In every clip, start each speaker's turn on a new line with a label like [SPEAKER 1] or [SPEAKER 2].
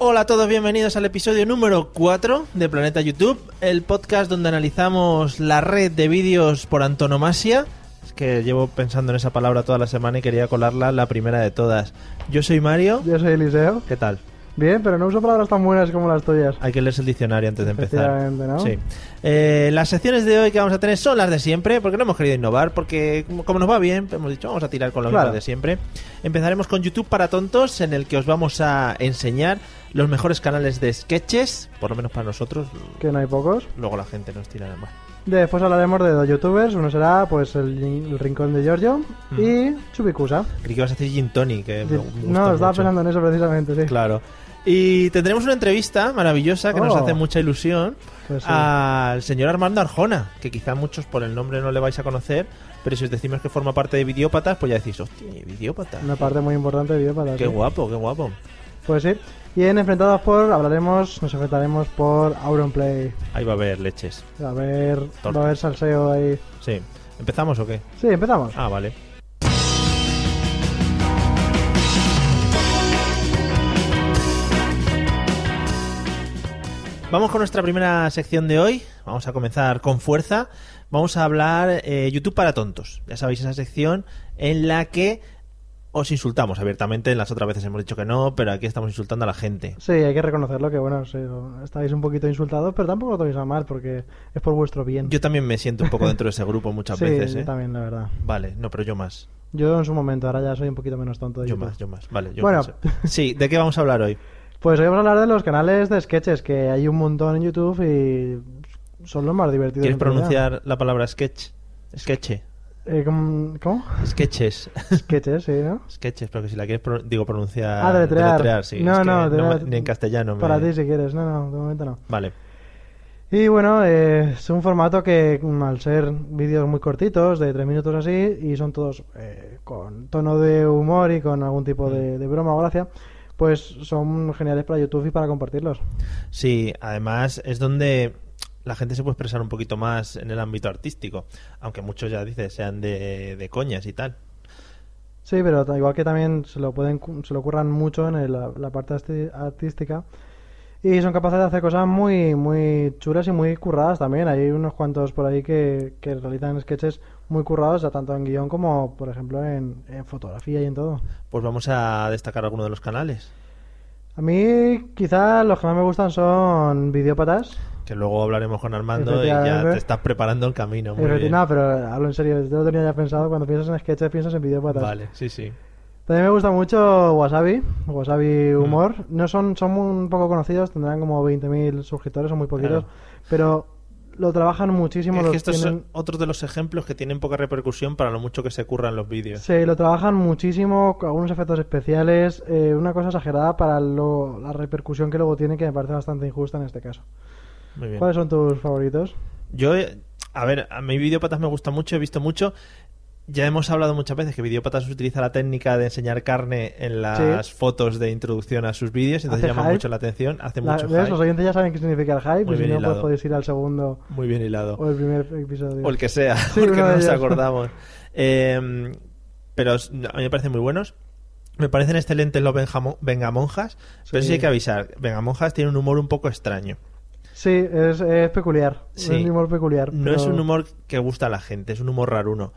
[SPEAKER 1] Hola a todos, bienvenidos al episodio número 4 de Planeta YouTube, el podcast donde analizamos la red de vídeos por antonomasia. Es que llevo pensando en esa palabra toda la semana y quería colarla la primera de todas. Yo soy Mario.
[SPEAKER 2] Yo soy Eliseo.
[SPEAKER 1] ¿Qué tal?
[SPEAKER 2] Bien, pero no uso palabras tan buenas como las tuyas.
[SPEAKER 1] Hay que leerse el diccionario antes de empezar.
[SPEAKER 2] Efectivamente, ¿no?
[SPEAKER 1] Sí. Eh, las secciones de hoy que vamos a tener son las de siempre, porque no hemos querido innovar, porque como- como nos va bien, hemos dicho, vamos a tirar con lo
[SPEAKER 2] Claro.
[SPEAKER 1] mismo de siempre. Empezaremos con YouTube para tontos, en el que os vamos a enseñar los mejores canales de sketches, por lo menos para nosotros.
[SPEAKER 2] Que no hay pocos.
[SPEAKER 1] Luego la gente nos tirará más.
[SPEAKER 2] Después hablaremos de dos youtubers. Uno será, pues, el, el Rincón de Giorgio y Chubicusa.
[SPEAKER 1] Creí que ibas a decir Gin Tony, que Mm. Eh, me
[SPEAKER 2] Sí.
[SPEAKER 1] gusta
[SPEAKER 2] No, estaba
[SPEAKER 1] mucho.
[SPEAKER 2] pensando en eso precisamente, sí.
[SPEAKER 1] Claro. Y tendremos una entrevista maravillosa que nos
[SPEAKER 2] Oh.
[SPEAKER 1] hace mucha ilusión
[SPEAKER 2] Pues sí.
[SPEAKER 1] al señor Armando Arjona, que quizá muchos por el nombre no le vais a conocer, pero si os decimos que forma parte de Videópatas, pues ya decís, hostia, Videópatas.
[SPEAKER 2] Una parte muy importante de Videópatas.
[SPEAKER 1] Qué
[SPEAKER 2] sí.
[SPEAKER 1] guapo, qué guapo.
[SPEAKER 2] Pues sí. Y en Enfrentados por hablaremos, nos enfrentaremos por Auronplay.
[SPEAKER 1] Ahí va a haber leches.
[SPEAKER 2] A ver,
[SPEAKER 1] Torta.
[SPEAKER 2] va a haber salseo ahí.
[SPEAKER 1] Sí. ¿Empezamos o qué?
[SPEAKER 2] Sí, empezamos.
[SPEAKER 1] Ah, vale. Vamos con nuestra primera sección de hoy. Vamos a comenzar con fuerza. Vamos a hablar eh, YouTube para tontos. Ya sabéis esa sección en la que os insultamos abiertamente. Las otras veces hemos dicho que no, pero aquí estamos insultando a la gente.
[SPEAKER 2] Sí, hay que reconocerlo que, bueno, sí, estáis un poquito insultados, pero tampoco lo toméis a mal porque es por vuestro bien.
[SPEAKER 1] Yo también me siento un poco dentro de ese grupo muchas
[SPEAKER 2] sí,
[SPEAKER 1] veces.
[SPEAKER 2] yo
[SPEAKER 1] ¿eh?
[SPEAKER 2] también, la verdad.
[SPEAKER 1] Vale, no, pero yo más.
[SPEAKER 2] Yo en su momento, ahora ya soy un poquito menos tonto. de
[SPEAKER 1] Yo
[SPEAKER 2] YouTube.
[SPEAKER 1] más, yo más. Vale, yo
[SPEAKER 2] Bueno.
[SPEAKER 1] más. Sí, ¿de qué vamos a hablar hoy?
[SPEAKER 2] Pues hoy vamos a hablar de los canales de sketches, que hay un montón en YouTube y son los más divertidos.
[SPEAKER 1] ¿Quieres
[SPEAKER 2] en realidad.
[SPEAKER 1] pronunciar la palabra sketch? Sketche.
[SPEAKER 2] Eh, ¿Cómo? cómo?
[SPEAKER 1] Sketches.
[SPEAKER 2] Sketches, sí, ¿no?
[SPEAKER 1] Sketches, pero que si la quieres pro- digo pronunciar.
[SPEAKER 2] Ah, deletrear.
[SPEAKER 1] sí.
[SPEAKER 2] No,
[SPEAKER 1] Es que
[SPEAKER 2] no, deletrear.
[SPEAKER 1] me- Ni en castellano. me-
[SPEAKER 2] Para ti si quieres, no, no, de momento no.
[SPEAKER 1] Vale.
[SPEAKER 2] Y bueno, eh, es un formato que mm, al ser vídeos muy cortitos, de tres minutos así, y son todos eh, con tono de humor y con algún tipo
[SPEAKER 1] Mm.
[SPEAKER 2] de, de broma o gracia, pues son geniales para YouTube y para compartirlos.
[SPEAKER 1] Sí, además es donde la gente se puede expresar un poquito más en el ámbito artístico. Aunque muchos ya dices sean de, de coñas y tal.
[SPEAKER 2] Sí, pero ta- igual que también se lo pueden cu- se lo curran mucho en el- la, la parte arti- artística y son capaces de hacer cosas muy muy chulas y muy curradas también. Hay unos cuantos por ahí que, que realizan sketches muy currados, ya tanto en guión como, por ejemplo, en, en fotografía y en todo.
[SPEAKER 1] Pues vamos a destacar alguno de los canales.
[SPEAKER 2] A mí quizás los que más me gustan son videópatas.
[SPEAKER 1] Que luego hablaremos con Armando y ya
[SPEAKER 2] Efectivamente.
[SPEAKER 1] te estás preparando el camino. Muy
[SPEAKER 2] Efecti-
[SPEAKER 1] bien.
[SPEAKER 2] No, pero hablo en serio, yo lo tenía ya pensado, cuando piensas en sketches piensas en videópatas.
[SPEAKER 1] Vale, sí, sí.
[SPEAKER 2] También me gusta mucho Wasabi, Wasabi
[SPEAKER 1] Mm.
[SPEAKER 2] Humor. No son, son un poco conocidos, tendrán como 20.000 suscriptores, son muy poquitos,
[SPEAKER 1] Claro.
[SPEAKER 2] pero lo trabajan muchísimo.
[SPEAKER 1] Es
[SPEAKER 2] los
[SPEAKER 1] que estos
[SPEAKER 2] tienen-
[SPEAKER 1] son otros de los ejemplos que tienen poca repercusión para lo mucho que se curran los vídeos.
[SPEAKER 2] Sí, lo trabajan muchísimo, con algunos efectos especiales, eh, una cosa exagerada para lo- la repercusión que luego tiene, que me parece bastante injusta en este caso.
[SPEAKER 1] Muy bien.
[SPEAKER 2] ¿Cuáles son tus favoritos?
[SPEAKER 1] Yo, eh, a ver, a mí Videópatas me gusta mucho, he visto mucho. Ya hemos hablado muchas veces que Videópatas utiliza la técnica de enseñar carne en las
[SPEAKER 2] Sí.
[SPEAKER 1] fotos de introducción a sus vídeos, entonces
[SPEAKER 2] Hace
[SPEAKER 1] llama
[SPEAKER 2] hype.
[SPEAKER 1] mucho la atención, hace
[SPEAKER 2] La-
[SPEAKER 1] mucho
[SPEAKER 2] ¿ves?
[SPEAKER 1] hype.
[SPEAKER 2] Los oyentes ya saben qué significa el hype,
[SPEAKER 1] Muy
[SPEAKER 2] y si
[SPEAKER 1] bien
[SPEAKER 2] no,
[SPEAKER 1] hilado.
[SPEAKER 2] pues podéis ir al segundo
[SPEAKER 1] Muy bien hilado.
[SPEAKER 2] o el primer episodio.
[SPEAKER 1] O el que sea,
[SPEAKER 2] Sí,
[SPEAKER 1] porque
[SPEAKER 2] uno
[SPEAKER 1] no
[SPEAKER 2] de
[SPEAKER 1] nos
[SPEAKER 2] ellos.
[SPEAKER 1] acordamos. Eh, pero s- a mí me parecen muy buenos. Me parecen excelentes los Benjamo- Vengamonjas, pero sí
[SPEAKER 2] Sí.
[SPEAKER 1] hay que avisar. Vengamonjas tiene un humor un poco extraño.
[SPEAKER 2] Sí, es, es peculiar,
[SPEAKER 1] Sí.
[SPEAKER 2] es un humor peculiar.
[SPEAKER 1] No
[SPEAKER 2] pero-
[SPEAKER 1] es un humor que gusta a la gente, es un humor raruno.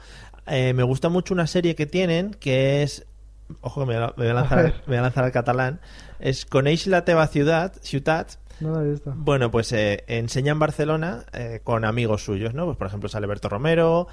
[SPEAKER 1] Eh, me gusta mucho una serie que tienen que es ojo que me, la- me voy a lanzar, me voy a lanzar al catalán, es Coneix la teva ciudad, ciutat,
[SPEAKER 2] No lo he visto.
[SPEAKER 1] bueno, pues eh, enseña en Barcelona eh, con amigos suyos, ¿no? Pues por ejemplo sale Berto Romero,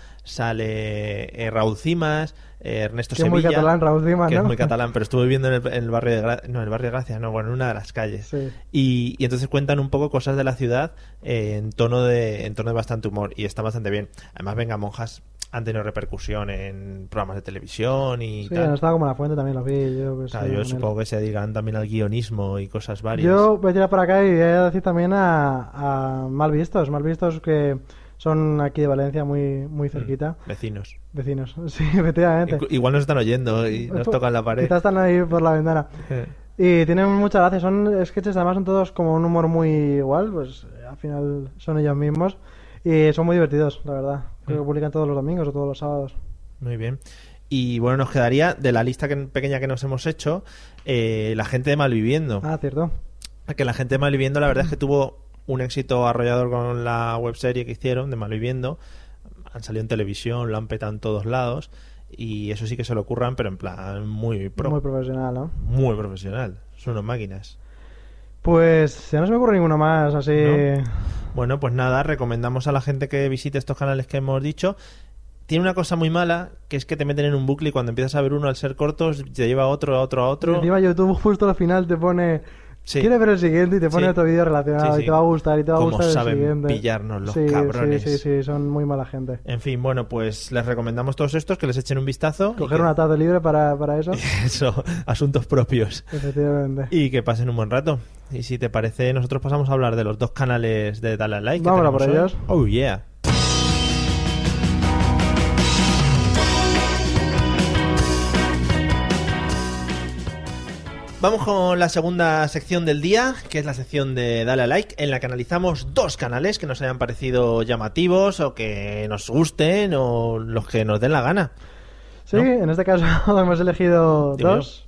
[SPEAKER 1] sale eh, Raúl Cimas, eh, Ernesto
[SPEAKER 2] Que es muy
[SPEAKER 1] Sevilla.
[SPEAKER 2] catalán, Raúl Dimas,
[SPEAKER 1] que
[SPEAKER 2] ¿no?
[SPEAKER 1] es muy catalán, pero estuve viviendo en el, en el barrio de Gracia, no, en el barrio de Gracia, no, bueno, en una de las calles.
[SPEAKER 2] Sí.
[SPEAKER 1] Y, y entonces cuentan un poco cosas de la ciudad eh, en tono de en tono de bastante humor y está bastante bien. Además, Venga Monjas han tenido repercusión en programas de televisión y
[SPEAKER 2] Sí,
[SPEAKER 1] tal.
[SPEAKER 2] no estaba como la fuente también, lo vi. Yo, pues,
[SPEAKER 1] Claro,
[SPEAKER 2] sí,
[SPEAKER 1] yo
[SPEAKER 2] con él.
[SPEAKER 1] supongo que se dedican también al guionismo y cosas varias.
[SPEAKER 2] Yo voy a tirar para acá y voy a decir también a, a mal vistos, mal vistos que son aquí de Valencia, muy,
[SPEAKER 1] Mm.
[SPEAKER 2] muy cerquita,
[SPEAKER 1] Vecinos.
[SPEAKER 2] vecinos. Sí, efectivamente. Pues
[SPEAKER 1] Igu- Igual nos están oyendo y nos tocan la pared.
[SPEAKER 2] Quizás están ahí por la ventana.
[SPEAKER 1] Eh,
[SPEAKER 2] Y tienen mucha gracia, son sketches además son todos como un humor muy igual, pues eh, al final son ellos mismos y son muy divertidos, la verdad.
[SPEAKER 1] Mm.
[SPEAKER 2] Creo que publican todos los domingos o todos los sábados.
[SPEAKER 1] Muy bien. Y bueno, nos quedaría de la lista que- pequeña que nos hemos hecho, eh, la gente de Malviviendo.
[SPEAKER 2] Ah, cierto.
[SPEAKER 1] Que la gente de Malviviendo, la verdad es que tuvo un éxito arrollador con la webserie que hicieron de Malviviendo. Han salido en televisión, lo han petado en todos lados. Y eso sí que se lo curran, pero en plan muy pro,
[SPEAKER 2] Muy
[SPEAKER 1] muy,
[SPEAKER 2] profesional, ¿no?
[SPEAKER 1] profesional. Son unas máquinas.
[SPEAKER 2] Pues ya no se me ocurre ninguno más, así...
[SPEAKER 1] No. Bueno, pues nada, recomendamos a la gente que visite estos canales que hemos dicho. Tiene una cosa muy mala, que es que te meten en un bucle y cuando empiezas a ver uno al ser cortos, te lleva a otro, a otro, a
[SPEAKER 2] Y
[SPEAKER 1] otro.
[SPEAKER 2] Encima YouTube justo al final te pone...
[SPEAKER 1] Sí.
[SPEAKER 2] ¿Quieres ver el siguiente? Y te pone
[SPEAKER 1] Sí.
[SPEAKER 2] otro vídeo relacionado
[SPEAKER 1] Sí,
[SPEAKER 2] y
[SPEAKER 1] sí.
[SPEAKER 2] te va a gustar y te va a
[SPEAKER 1] Cómo
[SPEAKER 2] gustar el
[SPEAKER 1] saben
[SPEAKER 2] siguiente.
[SPEAKER 1] pillarnos los
[SPEAKER 2] Sí,
[SPEAKER 1] cabrones.
[SPEAKER 2] Sí, sí, sí, son muy mala gente.
[SPEAKER 1] En fin, bueno, pues les recomendamos todos estos que les echen un vistazo. y
[SPEAKER 2] Coger
[SPEAKER 1] que-
[SPEAKER 2] una tarde libre para, para eso,
[SPEAKER 1] Eso, asuntos propios.
[SPEAKER 2] efectivamente.
[SPEAKER 1] Y que pasen un buen rato. Y si te parece, nosotros pasamos a hablar de los dos canales de Dale a Like. que
[SPEAKER 2] Vámonos
[SPEAKER 1] tenemos
[SPEAKER 2] por
[SPEAKER 1] hoy. Oh, yeah. Vamos con la segunda sección del día, que es la sección de Dale a Like, en la que analizamos dos canales que nos hayan parecido llamativos o que nos gusten o los que nos den la gana.
[SPEAKER 2] Sí,
[SPEAKER 1] ¿no?
[SPEAKER 2] en este caso hemos elegido
[SPEAKER 1] Dime.
[SPEAKER 2] dos.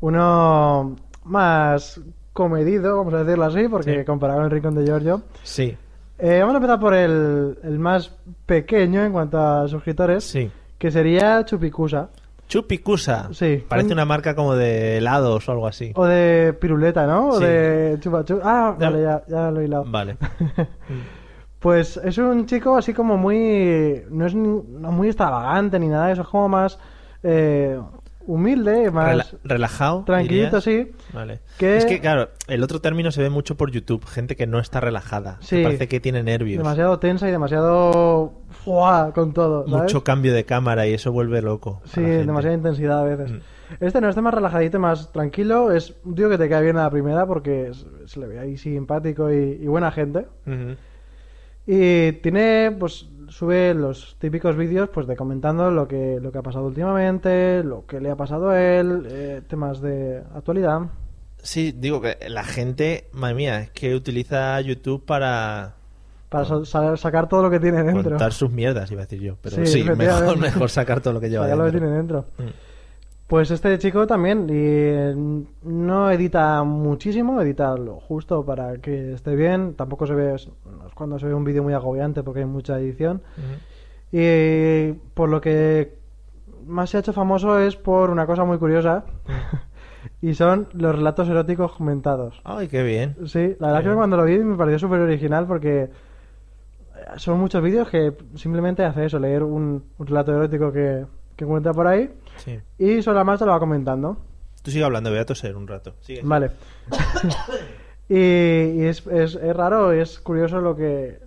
[SPEAKER 2] Uno más comedido, vamos a decirlo así, porque
[SPEAKER 1] Sí.
[SPEAKER 2] comparado con el Rincón de Giorgio.
[SPEAKER 1] Sí,
[SPEAKER 2] Eh, vamos a empezar por el, el más pequeño en cuanto a suscriptores,
[SPEAKER 1] sí.
[SPEAKER 2] que sería Chupicusa.
[SPEAKER 1] Chupicusa.
[SPEAKER 2] Sí.
[SPEAKER 1] Parece
[SPEAKER 2] Un-
[SPEAKER 1] una marca como de helados o algo así.
[SPEAKER 2] O de piruleta, ¿no? O
[SPEAKER 1] Sí.
[SPEAKER 2] de chupa chup. Ah,
[SPEAKER 1] Ya-
[SPEAKER 2] vale, ya, ya lo he hilado.
[SPEAKER 1] Vale.
[SPEAKER 2] Pues es un chico así como muy. No es ni- no muy extravagante ni nada de eso, es como más eh, humilde, más
[SPEAKER 1] Rela- relajado.
[SPEAKER 2] tranquilito,
[SPEAKER 1] dirías.
[SPEAKER 2] sí.
[SPEAKER 1] Vale.
[SPEAKER 2] Que-
[SPEAKER 1] Es que, claro, el otro término se ve mucho por YouTube. Gente que no está relajada. que
[SPEAKER 2] Sí.
[SPEAKER 1] parece que tiene nervios.
[SPEAKER 2] Demasiado tensa y demasiado ¡fua! con todo. ¿sabes?
[SPEAKER 1] Mucho cambio de cámara y eso vuelve loco. a
[SPEAKER 2] Sí,
[SPEAKER 1] la gente. Mm.
[SPEAKER 2] demasiada intensidad a veces. Este no, este más relajadito, más tranquilo. Es un tío que te cae bien a la primera porque es- se le ve ahí simpático y, y buena gente.
[SPEAKER 1] Ujú.
[SPEAKER 2] Y tiene, pues, sube los típicos vídeos pues de comentando lo que, lo que ha pasado últimamente, lo que le ha pasado a él, eh, temas de actualidad.
[SPEAKER 1] Sí, digo que la gente, madre mía, es que utiliza YouTube para
[SPEAKER 2] Para sa- sa- sacar todo lo que tiene dentro.
[SPEAKER 1] contar sus mierdas, iba a decir yo. Pero
[SPEAKER 2] Sí,
[SPEAKER 1] sí, mejor,
[SPEAKER 2] efectivamente.
[SPEAKER 1] mejor sacar todo lo que lleva
[SPEAKER 2] Sacar lo que
[SPEAKER 1] dentro.
[SPEAKER 2] tiene dentro. Pues este chico también y mm, no edita muchísimo, edita lo justo para que esté bien. Tampoco se ve no es cuando se ve un vídeo muy agobiante porque hay mucha edición. Y por lo que más se ha hecho famoso es por una cosa muy curiosa y son los relatos eróticos comentados.
[SPEAKER 1] Ay, qué bien.
[SPEAKER 2] Sí, la verdad que cuando lo vi me pareció súper original porque son muchos vídeos que simplemente hace eso, leer un, un relato erótico que, que encuentra por ahí
[SPEAKER 1] Sí.
[SPEAKER 2] y sobre la marcha lo va comentando.
[SPEAKER 1] Tú sigue hablando, voy a toser un rato. Sigue.
[SPEAKER 2] Vale. y y es, es, es raro, es curioso lo que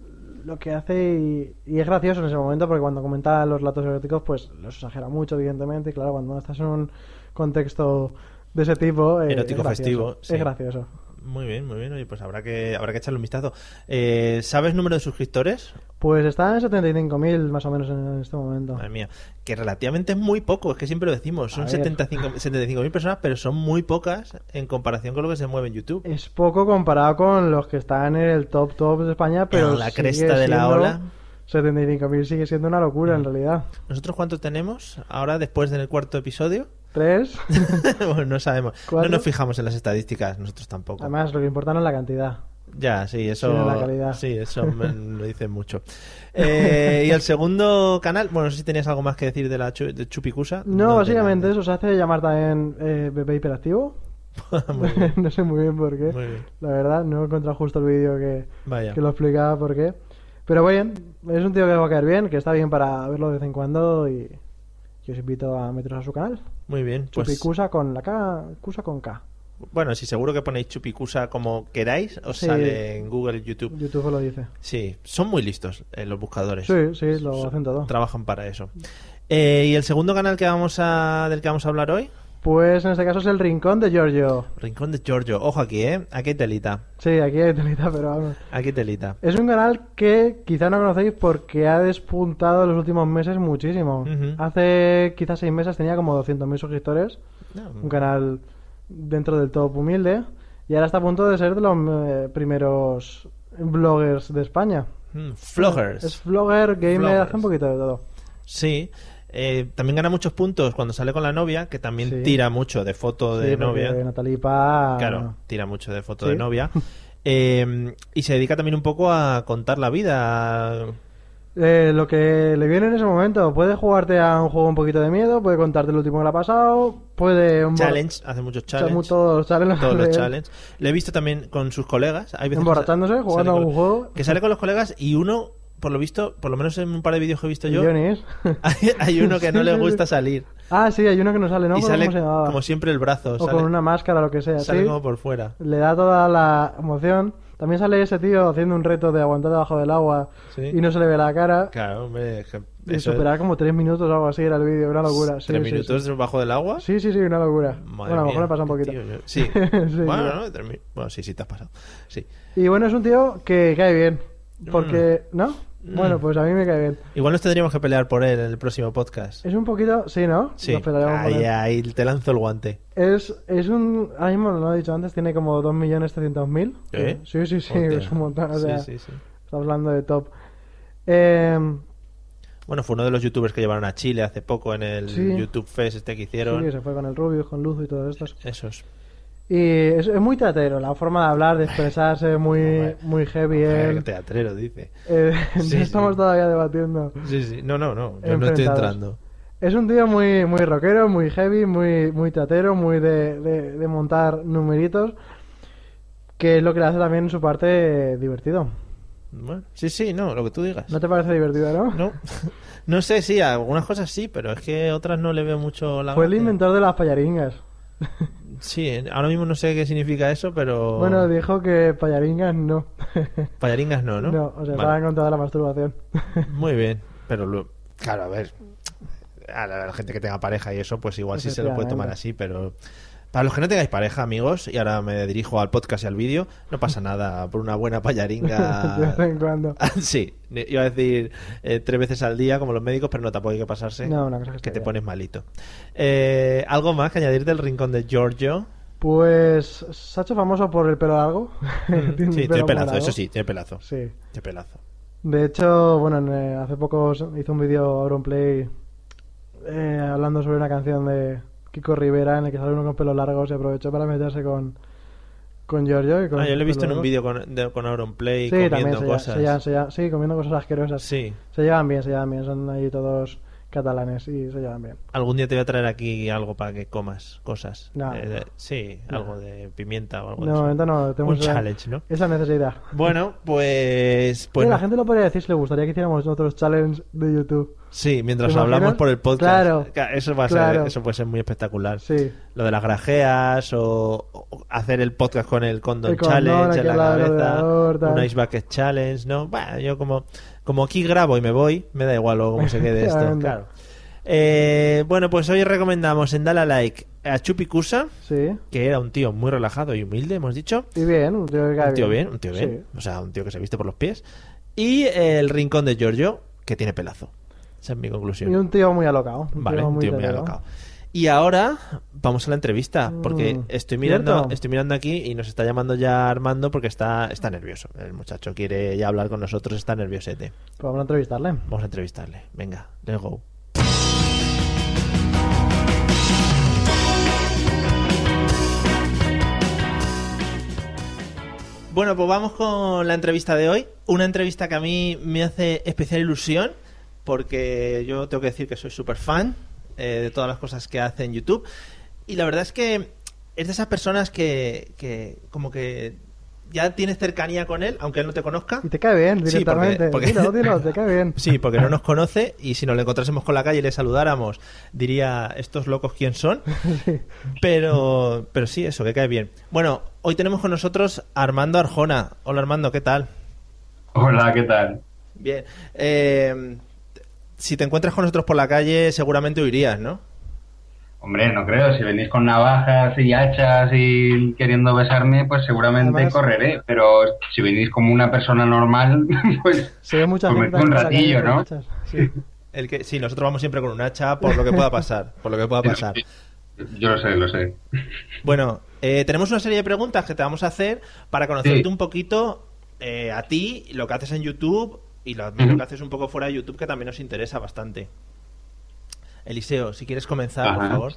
[SPEAKER 2] lo que hace y, y es gracioso en ese momento porque cuando comenta los relatos eróticos pues los exagera mucho evidentemente y claro cuando estás en un contexto de ese tipo eh,
[SPEAKER 1] Erótico
[SPEAKER 2] es gracioso,
[SPEAKER 1] festivo, sí.
[SPEAKER 2] es gracioso
[SPEAKER 1] Muy bien, muy bien. Oye, pues habrá que, habrá que echarle un vistazo. Eh, ¿Sabes número de suscriptores?
[SPEAKER 2] pues está en 75.000 más o menos en este momento
[SPEAKER 1] Madre mía. Que relativamente es muy poco, es que siempre lo decimos. Son
[SPEAKER 2] ver.
[SPEAKER 1] 75 75.000 personas, pero son muy pocas en comparación con lo que se mueve en YouTube.
[SPEAKER 2] es poco comparado con los que están en el top top de España pero
[SPEAKER 1] En la
[SPEAKER 2] sigue
[SPEAKER 1] cresta de la
[SPEAKER 2] siendo-
[SPEAKER 1] ola. Mm.
[SPEAKER 2] 75.000 sigue siendo una locura en realidad
[SPEAKER 1] ¿Nosotros cuánto tenemos ahora después del cuarto episodio?
[SPEAKER 2] tres
[SPEAKER 1] bueno, no sabemos.
[SPEAKER 2] ¿Cuatro?
[SPEAKER 1] No nos fijamos en las estadísticas, nosotros tampoco.
[SPEAKER 2] Además, lo que importa no es la cantidad.
[SPEAKER 1] Ya, sí, eso.
[SPEAKER 2] Tiene la calidad.
[SPEAKER 1] Sí, eso me lo dicen mucho. Eh, y el segundo canal, bueno, no sé si tenías algo más que decir de la chu- de Chupicusa.
[SPEAKER 2] No, básicamente
[SPEAKER 1] tenía-
[SPEAKER 2] eso se hace llamar también eh, bebé hiperactivo.
[SPEAKER 1] Ah, Muy bien,
[SPEAKER 2] no sé muy bien por qué.
[SPEAKER 1] muy bien.
[SPEAKER 2] La verdad, no he encontrado justo el vídeo que,
[SPEAKER 1] Vaya.
[SPEAKER 2] que lo explicaba por qué. Pero bien, es un tío que va a caer bien, que está bien para verlo de vez en cuando y yo os invito a meteros a su canal.
[SPEAKER 1] Muy bien. Pues,
[SPEAKER 2] Chupicusa con la K, Cusa con K.
[SPEAKER 1] bueno, sí, seguro que ponéis Chupicusa como queráis, os
[SPEAKER 2] Sí.
[SPEAKER 1] sale en Google, YouTube.
[SPEAKER 2] YouTube lo dice.
[SPEAKER 1] Sí, son muy listos eh, los buscadores.
[SPEAKER 2] Sí, sí, lo hacen todo.
[SPEAKER 1] Trabajan para eso. Eh, y el segundo canal que vamos a, del que vamos a hablar hoy,
[SPEAKER 2] Pues en este caso es el Rincón de Giorgio.
[SPEAKER 1] Rincón de Giorgio. Ojo aquí, ¿eh? Aquí hay telita.
[SPEAKER 2] Sí, aquí hay telita, pero vamos.
[SPEAKER 1] Aquí hay telita.
[SPEAKER 2] Es un canal que quizá no conocéis porque ha despuntado en los últimos meses muchísimo.
[SPEAKER 1] Ujú.
[SPEAKER 2] Hace quizás seis meses tenía como 200.000 suscriptores,
[SPEAKER 1] No,
[SPEAKER 2] un canal dentro del top humilde, y ahora está a punto de ser de los eh, primeros bloggers de España.
[SPEAKER 1] mm, Floggers.
[SPEAKER 2] Es blogger, gamer,
[SPEAKER 1] Vloggers.
[SPEAKER 2] hace un poquito de todo.
[SPEAKER 1] Sí. Eh, también gana muchos puntos cuando sale con la novia, que también
[SPEAKER 2] Sí.
[SPEAKER 1] tira mucho de foto de
[SPEAKER 2] Sí, porque
[SPEAKER 1] novia.
[SPEAKER 2] Natalie Paz-
[SPEAKER 1] Claro, tira mucho de foto de
[SPEAKER 2] Sí.
[SPEAKER 1] novia. Eh, y se dedica también un poco a contar la vida.
[SPEAKER 2] Eh, lo que le viene en ese momento, puede jugarte a un juego un poquito de miedo, puede contarte lo último que le ha pasado, puede... un-
[SPEAKER 1] Challenge, hace muchos
[SPEAKER 2] Son
[SPEAKER 1] challenges.
[SPEAKER 2] todos los challenges.
[SPEAKER 1] Todos los
[SPEAKER 2] de-
[SPEAKER 1] challenges. Lo he visto también con sus colegas. Hay veces que
[SPEAKER 2] Emborrachándose,
[SPEAKER 1] sale-
[SPEAKER 2] jugando
[SPEAKER 1] sale
[SPEAKER 2] a
[SPEAKER 1] con-
[SPEAKER 2] un juego.
[SPEAKER 1] Que sale con los colegas y uno, por lo visto, por lo menos en un par de vídeos que he visto yo,
[SPEAKER 2] Millones.
[SPEAKER 1] hay, hay uno que no
[SPEAKER 2] Sí,
[SPEAKER 1] le
[SPEAKER 2] sí, sí.
[SPEAKER 1] gusta salir.
[SPEAKER 2] ah, sí, hay uno que no sale, ¿no?
[SPEAKER 1] y
[SPEAKER 2] ¿Cómo
[SPEAKER 1] sale
[SPEAKER 2] se llamaba?
[SPEAKER 1] como siempre el brazo.
[SPEAKER 2] o
[SPEAKER 1] sale
[SPEAKER 2] con una máscara, lo que sea.
[SPEAKER 1] sale
[SPEAKER 2] sí.
[SPEAKER 1] como por fuera.
[SPEAKER 2] Le da toda la emoción. También sale ese tío haciendo un reto de aguantar debajo del agua
[SPEAKER 1] Sí.
[SPEAKER 2] y no se le ve la cara.
[SPEAKER 1] Claro, hombre. es que
[SPEAKER 2] Y
[SPEAKER 1] eso es
[SPEAKER 2] superar como tres minutos o algo así era el vídeo, una locura. Sí,
[SPEAKER 1] tres
[SPEAKER 2] sí,
[SPEAKER 1] minutos bajo del agua.
[SPEAKER 2] Sí. sí, sí, sí, una locura.
[SPEAKER 1] Madre
[SPEAKER 2] bueno, a lo
[SPEAKER 1] mía,
[SPEAKER 2] mejor me pasa un
[SPEAKER 1] qué
[SPEAKER 2] poquito.
[SPEAKER 1] tío, yo- Sí.
[SPEAKER 2] Sí,
[SPEAKER 1] bueno,
[SPEAKER 2] claro.
[SPEAKER 1] no, tres mi- bueno, sí, sí, te has pasado. Sí.
[SPEAKER 2] Y bueno, es un tío que cae bien. Porque, ¿no?
[SPEAKER 1] Mm.
[SPEAKER 2] Bueno, pues a mí me cae bien.
[SPEAKER 1] Igual nos tendríamos que pelear por él en el próximo podcast.
[SPEAKER 2] Es un poquito, sí, ¿no?
[SPEAKER 1] Sí.
[SPEAKER 2] Eh,
[SPEAKER 1] Ah,
[SPEAKER 2] Nos pelearemos con
[SPEAKER 1] Ahí,
[SPEAKER 2] él.
[SPEAKER 1] ahí, te lanzo el guante.
[SPEAKER 2] Es, es un. Ahora mismo lo he dicho antes, tiene como 2.300.000.
[SPEAKER 1] ¿Eh?
[SPEAKER 2] Sí, sí, sí,
[SPEAKER 1] Hostia.
[SPEAKER 2] es un montón. O
[SPEAKER 1] Sí,
[SPEAKER 2] sea,
[SPEAKER 1] sí, sí.
[SPEAKER 2] está hablando de top. Eh,
[SPEAKER 1] Bueno, fue uno de los youtubers que llevaron a Chile hace poco en el
[SPEAKER 2] Sí.
[SPEAKER 1] YouTube Fest este que hicieron.
[SPEAKER 2] sí, se fue con el Rubius, con Luzu y todo esto.
[SPEAKER 1] Esos.
[SPEAKER 2] Y es, es muy teatero, la forma de hablar, de expresarse, muy,
[SPEAKER 1] Hombre.
[SPEAKER 2] muy heavy.
[SPEAKER 1] Qué
[SPEAKER 2] él.
[SPEAKER 1] teatrero, dice.
[SPEAKER 2] Eh, no
[SPEAKER 1] Sí, sí.
[SPEAKER 2] estamos todavía debatiendo.
[SPEAKER 1] Sí, sí. No, no, no. Yo no estoy
[SPEAKER 2] Enfrentados.
[SPEAKER 1] entrando.
[SPEAKER 2] Es un tío muy, muy rockero, muy heavy, muy, muy teatero, muy de, de- de montar numeritos. Que es lo que le hace también en su parte eh, divertido.
[SPEAKER 1] Bueno, sí, sí, no, lo que tú digas.
[SPEAKER 2] ¿No te parece divertido, no?
[SPEAKER 1] No, no sé, sí, algunas cosas sí, pero es que otras no le veo mucho la.
[SPEAKER 2] Fue el
[SPEAKER 1] gracia.
[SPEAKER 2] inventor de las payaringas.
[SPEAKER 1] Sí, ahora mismo no sé qué significa eso, pero.
[SPEAKER 2] Bueno, dijo que payaringas no.
[SPEAKER 1] Payaringas no, ¿no?
[SPEAKER 2] No, o
[SPEAKER 1] Vale.
[SPEAKER 2] sea, estaba en contra de la masturbación.
[SPEAKER 1] Muy bien, pero lo- claro, a ver, a la, a la gente que tenga pareja y eso, pues igual sí se lo puede tomar así, pero para los que no tengáis pareja, amigos, y ahora me dirijo al podcast y al vídeo, no pasa nada por una buena
[SPEAKER 2] de vez
[SPEAKER 1] payaringa.
[SPEAKER 2] en cuando.
[SPEAKER 1] sí, iba a decir eh, tres veces al día como los médicos, pero no tampoco hay que pasarse,
[SPEAKER 2] No, una cosa que
[SPEAKER 1] que,
[SPEAKER 2] está
[SPEAKER 1] te
[SPEAKER 2] bien.
[SPEAKER 1] pones malito. Eh, ¿Algo más que añadir del rincón de Giorgio?
[SPEAKER 2] Pues se ha hecho famoso por el pelo largo.
[SPEAKER 1] Mm,
[SPEAKER 2] Tiene
[SPEAKER 1] sí,
[SPEAKER 2] el pelo
[SPEAKER 1] tiene
[SPEAKER 2] muy
[SPEAKER 1] pelazo,
[SPEAKER 2] largo.
[SPEAKER 1] eso sí, tiene pelazo.
[SPEAKER 2] Sí.
[SPEAKER 1] Tiene pelazo.
[SPEAKER 2] De hecho, bueno, en, eh, hace poco s- hizo un vídeo Auronplay eh, hablando sobre una canción de Kiko Rivera en el que sale uno con pelo largo. Se aprovechó para meterse con, con Giorgio. y con
[SPEAKER 1] Ah, yo lo he
[SPEAKER 2] pelo
[SPEAKER 1] visto en un
[SPEAKER 2] largo.
[SPEAKER 1] vídeo con, de- con Auronplay
[SPEAKER 2] Sí, también
[SPEAKER 1] comiendo
[SPEAKER 2] se lle-
[SPEAKER 1] cosas.
[SPEAKER 2] se lle- se lle- sí, comiendo cosas asquerosas.
[SPEAKER 1] Sí.
[SPEAKER 2] Se llevan bien, se llevan bien. Son ahí todos catalanes y se llevan bien.
[SPEAKER 1] Algún día te voy a traer aquí algo para que comas cosas.
[SPEAKER 2] No.
[SPEAKER 1] Eh, sí,
[SPEAKER 2] No.
[SPEAKER 1] algo de pimienta o algo
[SPEAKER 2] No, de
[SPEAKER 1] de eso.
[SPEAKER 2] momento no. Tenemos
[SPEAKER 1] Un
[SPEAKER 2] esa-
[SPEAKER 1] challenge, ¿no?
[SPEAKER 2] Esa necesidad.
[SPEAKER 1] Bueno, pues... pues
[SPEAKER 2] Oye, la
[SPEAKER 1] no.
[SPEAKER 2] gente lo podría decir si le gustaría que hiciéramos otros challenge de YouTube.
[SPEAKER 1] Sí, mientras
[SPEAKER 2] ¿Te imaginas?
[SPEAKER 1] hablamos por el podcast.
[SPEAKER 2] Claro.
[SPEAKER 1] Ca- Eso, va a ser-
[SPEAKER 2] Claro.
[SPEAKER 1] eso puede ser muy espectacular.
[SPEAKER 2] Sí.
[SPEAKER 1] Lo de las grajeas o, o hacer el podcast con el condom
[SPEAKER 2] El condón,
[SPEAKER 1] challenge en
[SPEAKER 2] aquel
[SPEAKER 1] la
[SPEAKER 2] lado del
[SPEAKER 1] cabeza.
[SPEAKER 2] ordenador, tal.
[SPEAKER 1] Un ice bucket challenge, ¿no? Bah, yo como, como aquí grabo y me voy, me da igual luego cómo se quede esto.
[SPEAKER 2] Efectivamente.
[SPEAKER 1] claro. Eh, bueno, pues hoy recomendamos en Dala Like a Chupicusa.
[SPEAKER 2] Sí.
[SPEAKER 1] que era un tío muy relajado y humilde, hemos dicho.
[SPEAKER 2] Y bien, un tío que cae
[SPEAKER 1] Un tío bien, un tío bien. O sea, un tío que se viste por los pies. Y el rincón de Giorgio, que tiene pelazo. Esa es mi
[SPEAKER 2] Sí.
[SPEAKER 1] conclusión.
[SPEAKER 2] Y un tío muy alocado.
[SPEAKER 1] vale, un tío muy
[SPEAKER 2] tetero.
[SPEAKER 1] alocado. Y ahora vamos a la entrevista, porque
[SPEAKER 2] Mm,
[SPEAKER 1] estoy mirando,
[SPEAKER 2] ¿cierto?
[SPEAKER 1] estoy mirando aquí y nos está llamando ya Armando porque está, está nervioso. El muchacho quiere ya hablar con nosotros, está nerviosete.
[SPEAKER 2] Pues vamos a entrevistarle.
[SPEAKER 1] Vamos a entrevistarle. Venga, let's go. Bueno, pues vamos con la entrevista de hoy. Una entrevista que a mí me hace especial ilusión porque yo tengo que decir que soy súper fan eh, de todas las cosas que hace en YouTube. Y la verdad es que es de esas personas que, que como que ya tienes cercanía con él, aunque él no te conozca.
[SPEAKER 2] Y te cae bien
[SPEAKER 1] Sí, porque-
[SPEAKER 2] directamente.
[SPEAKER 1] porque-
[SPEAKER 2] Dilo, dilo, te cae bien.
[SPEAKER 1] Sí, porque no nos conoce y si nos lo encontrásemos con la calle y le saludáramos, diría, estos locos quién son. Pero, pero sí, eso, que cae bien. Bueno, hoy tenemos con nosotros a Armando Arjona. Hola Armando, ¿qué tal?
[SPEAKER 3] Hola, ¿qué tal?
[SPEAKER 1] Bien. Eh, si te encuentras con nosotros por la calle, seguramente huirías, ¿no?
[SPEAKER 3] Hombre, no creo, si venís con navajas y hachas y queriendo besarme, pues seguramente
[SPEAKER 2] Además-
[SPEAKER 3] correré, pero si venís como una persona normal, pues...
[SPEAKER 2] Se ve mucha
[SPEAKER 3] pues
[SPEAKER 2] gente
[SPEAKER 3] me quedo
[SPEAKER 2] también
[SPEAKER 3] un
[SPEAKER 2] por la calle
[SPEAKER 3] ratillo,
[SPEAKER 2] con
[SPEAKER 3] ¿no?
[SPEAKER 2] hachas. Sí.
[SPEAKER 1] El que, sí, nosotros vamos siempre con un hacha por lo que pueda pasar, por lo que pueda pasar.
[SPEAKER 3] Yo lo sé, lo sé.
[SPEAKER 1] Bueno, eh, tenemos una serie de preguntas que te vamos a hacer para conocerte
[SPEAKER 3] Sí.
[SPEAKER 1] un poquito eh, a ti, lo que haces en YouTube y lo, lo que haces un poco fuera de YouTube, que también nos interesa bastante. Eliseo, si quieres comenzar, por
[SPEAKER 3] Ajá.
[SPEAKER 1] favor.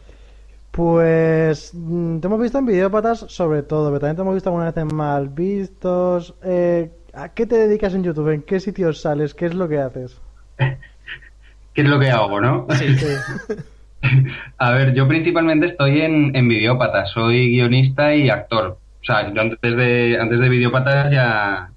[SPEAKER 2] Pues mm, te hemos visto en videópatas sobre todo, pero también te hemos visto alguna vez en mal vistos. Eh, ¿A qué te dedicas en YouTube? ¿En qué sitios sales? ¿Qué es lo que haces?
[SPEAKER 3] ¿Qué es lo que hago, no? A ver, yo principalmente estoy en, en Videópata, soy guionista y actor. O sea, yo antes de, antes de Videópatas ya,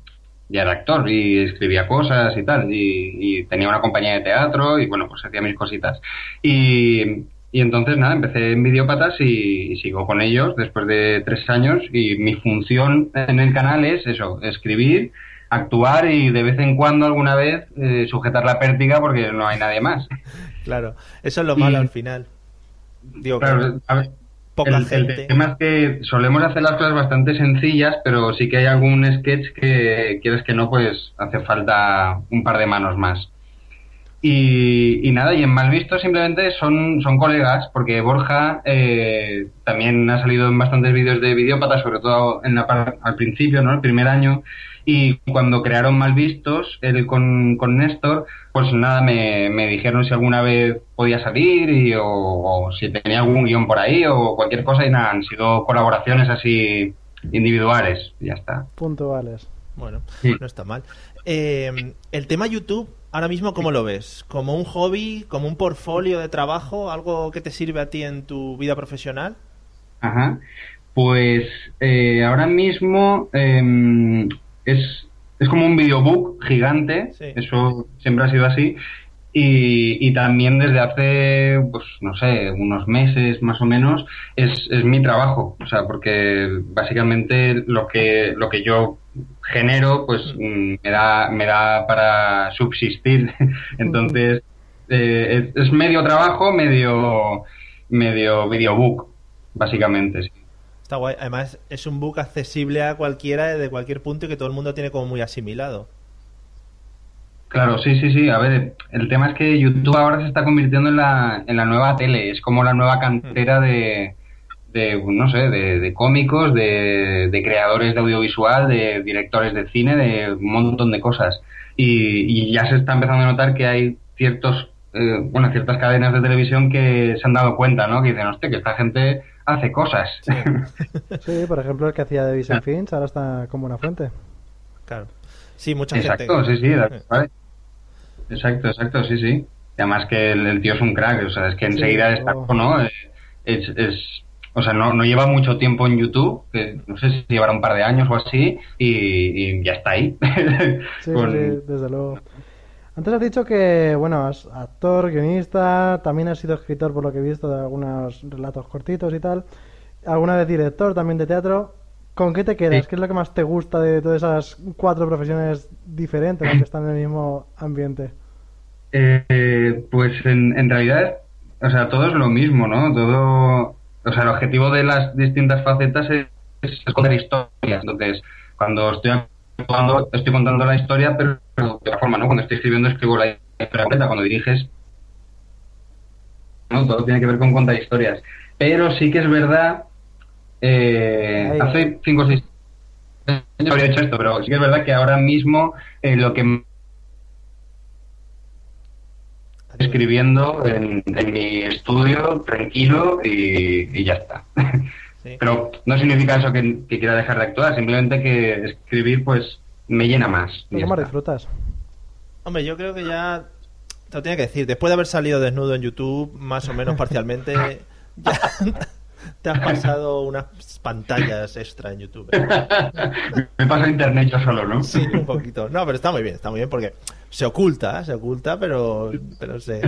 [SPEAKER 3] ya era actor y escribía cosas y tal. Y, y tenía una compañía de teatro y bueno, pues hacía mis cositas. Y, y entonces nada, empecé en Videópatas y, y sigo con ellos después de tres años. Y mi función en el canal es eso, escribir, actuar y de vez en cuando alguna vez eh, sujetar la pértiga porque no hay nadie más.
[SPEAKER 1] Claro, eso es lo malo
[SPEAKER 3] Y-
[SPEAKER 1] al final. Digo,
[SPEAKER 3] Claro,
[SPEAKER 1] que
[SPEAKER 3] a ver,
[SPEAKER 1] poca
[SPEAKER 3] el, el
[SPEAKER 1] gente.
[SPEAKER 3] tema es que solemos hacer las cosas bastante sencillas, pero sí que hay algún sketch que quieres que no, pues hace falta un par de manos más. Y, y nada, y en mal visto simplemente son, son colegas, porque Borja eh, también ha salido en bastantes vídeos de videópata, sobre todo en la, par- al principio, ¿no? El primer año. Y cuando crearon mal vistos, él con, con Néstor, pues nada, me, me dijeron si alguna vez podía salir y, o, o si tenía algún guión por ahí o cualquier cosa. Y nada, han sido colaboraciones así individuales, y ya está.
[SPEAKER 2] Puntuales.
[SPEAKER 1] Bueno,
[SPEAKER 3] Sí.
[SPEAKER 1] no está mal. Eh, el tema YouTube, ahora mismo, ¿cómo lo ves? ¿Como un hobby? ¿Como un portfolio de trabajo? ¿Algo que te sirve a ti en tu vida profesional?
[SPEAKER 3] Ajá. Pues eh, ahora mismo eh, es, es como un videobook gigante,
[SPEAKER 1] Sí.
[SPEAKER 3] eso siempre ha sido así. Y, y también desde hace, pues no sé, unos meses más o menos, es, es mi trabajo. O sea, porque básicamente lo que, lo que yo genero, pues mm, me da, me da para subsistir. Entonces, eh, es, es medio trabajo, medio, medio videobook, básicamente. sí.
[SPEAKER 1] Está guay. Además, es un book accesible a cualquiera de cualquier punto y que todo el mundo tiene como muy asimilado.
[SPEAKER 3] Claro, sí, sí, sí. A ver, el tema es que YouTube ahora se está convirtiendo en la, en la nueva tele. Es como la nueva cantera de, de no sé, de, de cómicos, de, de creadores de audiovisual, de directores de cine, de un montón de cosas. Y, y ya se está empezando a notar que hay ciertos, eh, bueno, ciertas cadenas de televisión que se han dado cuenta, ¿no? Que dicen, hostia, que esta gente hace cosas.
[SPEAKER 2] Sí, por ejemplo, el que hacía de
[SPEAKER 3] Ah.
[SPEAKER 2] Vincent Finch ahora está como una fuente.
[SPEAKER 1] Claro. Sí, mucha
[SPEAKER 3] Exacto,
[SPEAKER 1] gente.
[SPEAKER 3] sí, sí, da- vale. Exacto, exacto, sí, sí. Y además que el, el tío es un crack, o sea, es que
[SPEAKER 2] Sí, oh.
[SPEAKER 3] enseguida
[SPEAKER 2] o-
[SPEAKER 3] destacó, ¿no? Eh, Es, es- o sea, no, no lleva mucho tiempo en YouTube, que no sé si llevará un par de años o así, y, y ya está ahí.
[SPEAKER 2] Sí,
[SPEAKER 3] Con-
[SPEAKER 2] sí, desde luego. Antes has dicho que, bueno, es actor, guionista, también has sido escritor por lo que he visto de algunos relatos cortitos y tal. Alguna vez director también de teatro. ¿Con qué te quedas?
[SPEAKER 3] Sí.
[SPEAKER 2] ¿Qué es lo que más te gusta de todas esas cuatro profesiones diferentes ¿no? que están en el mismo ambiente?
[SPEAKER 3] Eh, pues en, en realidad, o sea, todo es lo mismo, ¿no? Todo, o sea, el objetivo de las distintas facetas es, es contar historias. Entonces, cuando estoy actuando, estoy contando la historia, pero de otra forma, ¿no? Cuando estoy escribiendo, escribo la historia completa. Cuando diriges, ¿no? Todo tiene que ver con contar historias. Pero sí que es verdad, eh,
[SPEAKER 2] Ahí.
[SPEAKER 3] hace cinco o seis años habría hecho esto, pero sí que es verdad que ahora mismo eh, lo que escribiendo en, en mi estudio tranquilo y, y ya está.
[SPEAKER 1] Sí.
[SPEAKER 3] Pero no significa eso que, que quiera dejar de actuar, simplemente que escribir pues me llena más. y
[SPEAKER 2] ¿Cómo
[SPEAKER 3] ya
[SPEAKER 2] más
[SPEAKER 3] está.
[SPEAKER 2] disfrutas?
[SPEAKER 1] Hombre, yo creo que ya te lo tenía que decir. Después de haber salido desnudo en YouTube, más o menos parcialmente, ya te has pasado unas pantallas extra en YouTube. ¿eh?
[SPEAKER 3] me pasa internet yo solo, ¿no?
[SPEAKER 1] Sí, un poquito. No, pero está muy bien, está muy bien porque se oculta, ¿eh? se oculta, pero, pero se,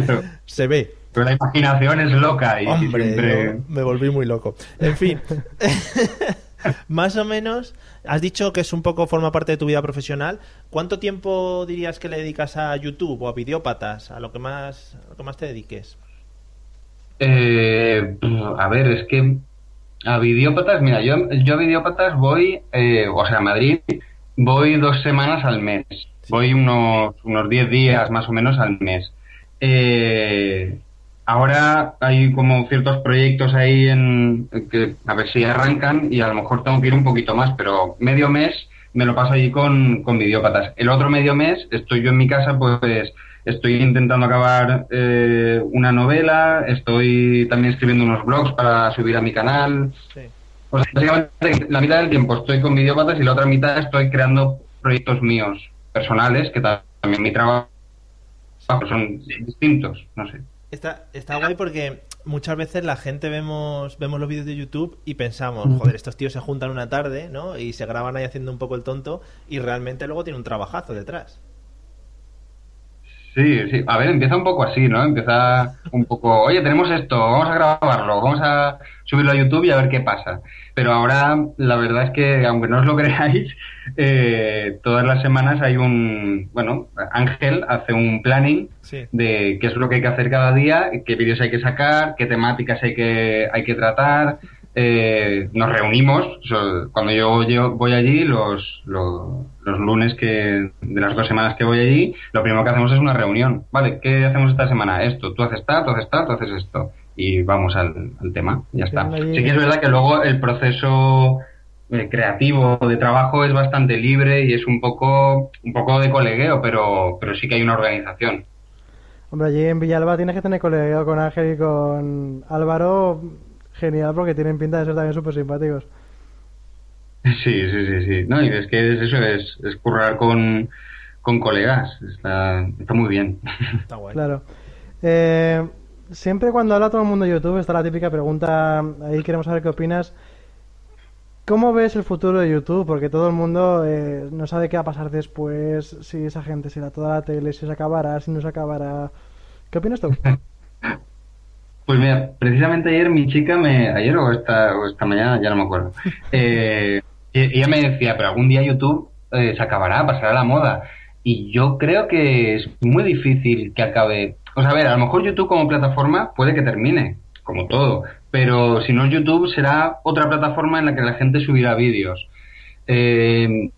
[SPEAKER 1] se ve.
[SPEAKER 3] Pero la imaginación es loca y
[SPEAKER 1] Hombre,
[SPEAKER 3] siempre...
[SPEAKER 1] yo me volví muy loco. En fin, más o menos, has dicho que es un poco forma parte de tu vida profesional. ¿Cuánto tiempo dirías que le dedicas a YouTube o a videópatas, a lo que más, a lo que más te dediques?
[SPEAKER 3] Eh, a ver, es que a videópatas, mira, yo, yo a videópatas voy, eh, o sea, a Madrid, voy dos semanas al mes. Voy unos, unos 10 días más o menos al mes. Eh, ahora hay como ciertos proyectos ahí en que a ver si arrancan y a lo mejor tengo que ir un poquito más, pero medio mes me lo paso allí con, con videópatas. El otro medio mes estoy yo en mi casa, pues estoy intentando acabar eh, una novela, estoy también escribiendo unos blogs para subir a mi canal.
[SPEAKER 1] Sí.
[SPEAKER 3] O sea, básicamente la mitad del tiempo estoy con videópatas y la otra mitad estoy creando proyectos míos personales, que ta- también mi trabajo son distintos, no sé.
[SPEAKER 1] Está, está guay porque muchas veces la gente vemos, vemos los vídeos de YouTube y pensamos, joder, estos tíos se juntan una tarde, ¿no? Y se graban ahí haciendo un poco el tonto y realmente luego tiene un trabajazo detrás.
[SPEAKER 3] Sí, sí. A ver, empieza un poco así, ¿no? Empieza un poco, oye, tenemos esto, vamos a grabarlo, vamos a subirlo a YouTube y a ver qué pasa. Pero ahora, la verdad es que, aunque no os lo creáis, eh, todas las semanas hay un, bueno, Ángel hace un planning
[SPEAKER 1] Sí.
[SPEAKER 3] de qué es lo que hay que hacer cada día, qué vídeos hay que sacar, qué temáticas hay que, hay que tratar. Eh, nos reunimos, o sea, cuando yo, yo voy allí, los, lo- los lunes que de las dos semanas que voy allí, lo primero que hacemos es una reunión. Vale, ¿qué hacemos esta semana? Esto, tú haces tal, tú haces tal, tú haces esto. Y vamos al, al tema, ya está.
[SPEAKER 2] Tengo ahí-
[SPEAKER 3] Sí que es verdad que luego el proceso eh, creativo de trabajo es bastante libre y es un poco, un poco de colegueo, pero, pero sí que hay una organización.
[SPEAKER 2] Hombre, allí en Villalba tienes que tener colegado con Ángel y con Álvaro. Genial, porque tienen pinta de ser también súper simpáticos.
[SPEAKER 3] Sí, sí, sí, sí. No, y es que es eso, es, es currar con, con colegas. Está, está muy bien.
[SPEAKER 1] Está guay.
[SPEAKER 2] Claro. Eh, siempre cuando habla todo el mundo de YouTube está la típica pregunta, ahí queremos saber qué opinas. ¿Cómo ves el futuro de YouTube? Porque todo el mundo eh, no sabe qué va a pasar después, si esa gente será toda la tele, si se acabará, si no se acabará. ¿Qué opinas tú?
[SPEAKER 3] Pues mira, precisamente ayer mi chica me, ayer o esta, o esta mañana, ya no me acuerdo, eh, y- ella me decía, pero algún día YouTube eh, se acabará, pasará la moda. Y yo creo que es muy difícil que acabe. O sea, a ver, a lo mejor YouTube como plataforma puede que termine, como todo, pero si no es YouTube será otra plataforma en la que la gente subirá vídeos. Eh,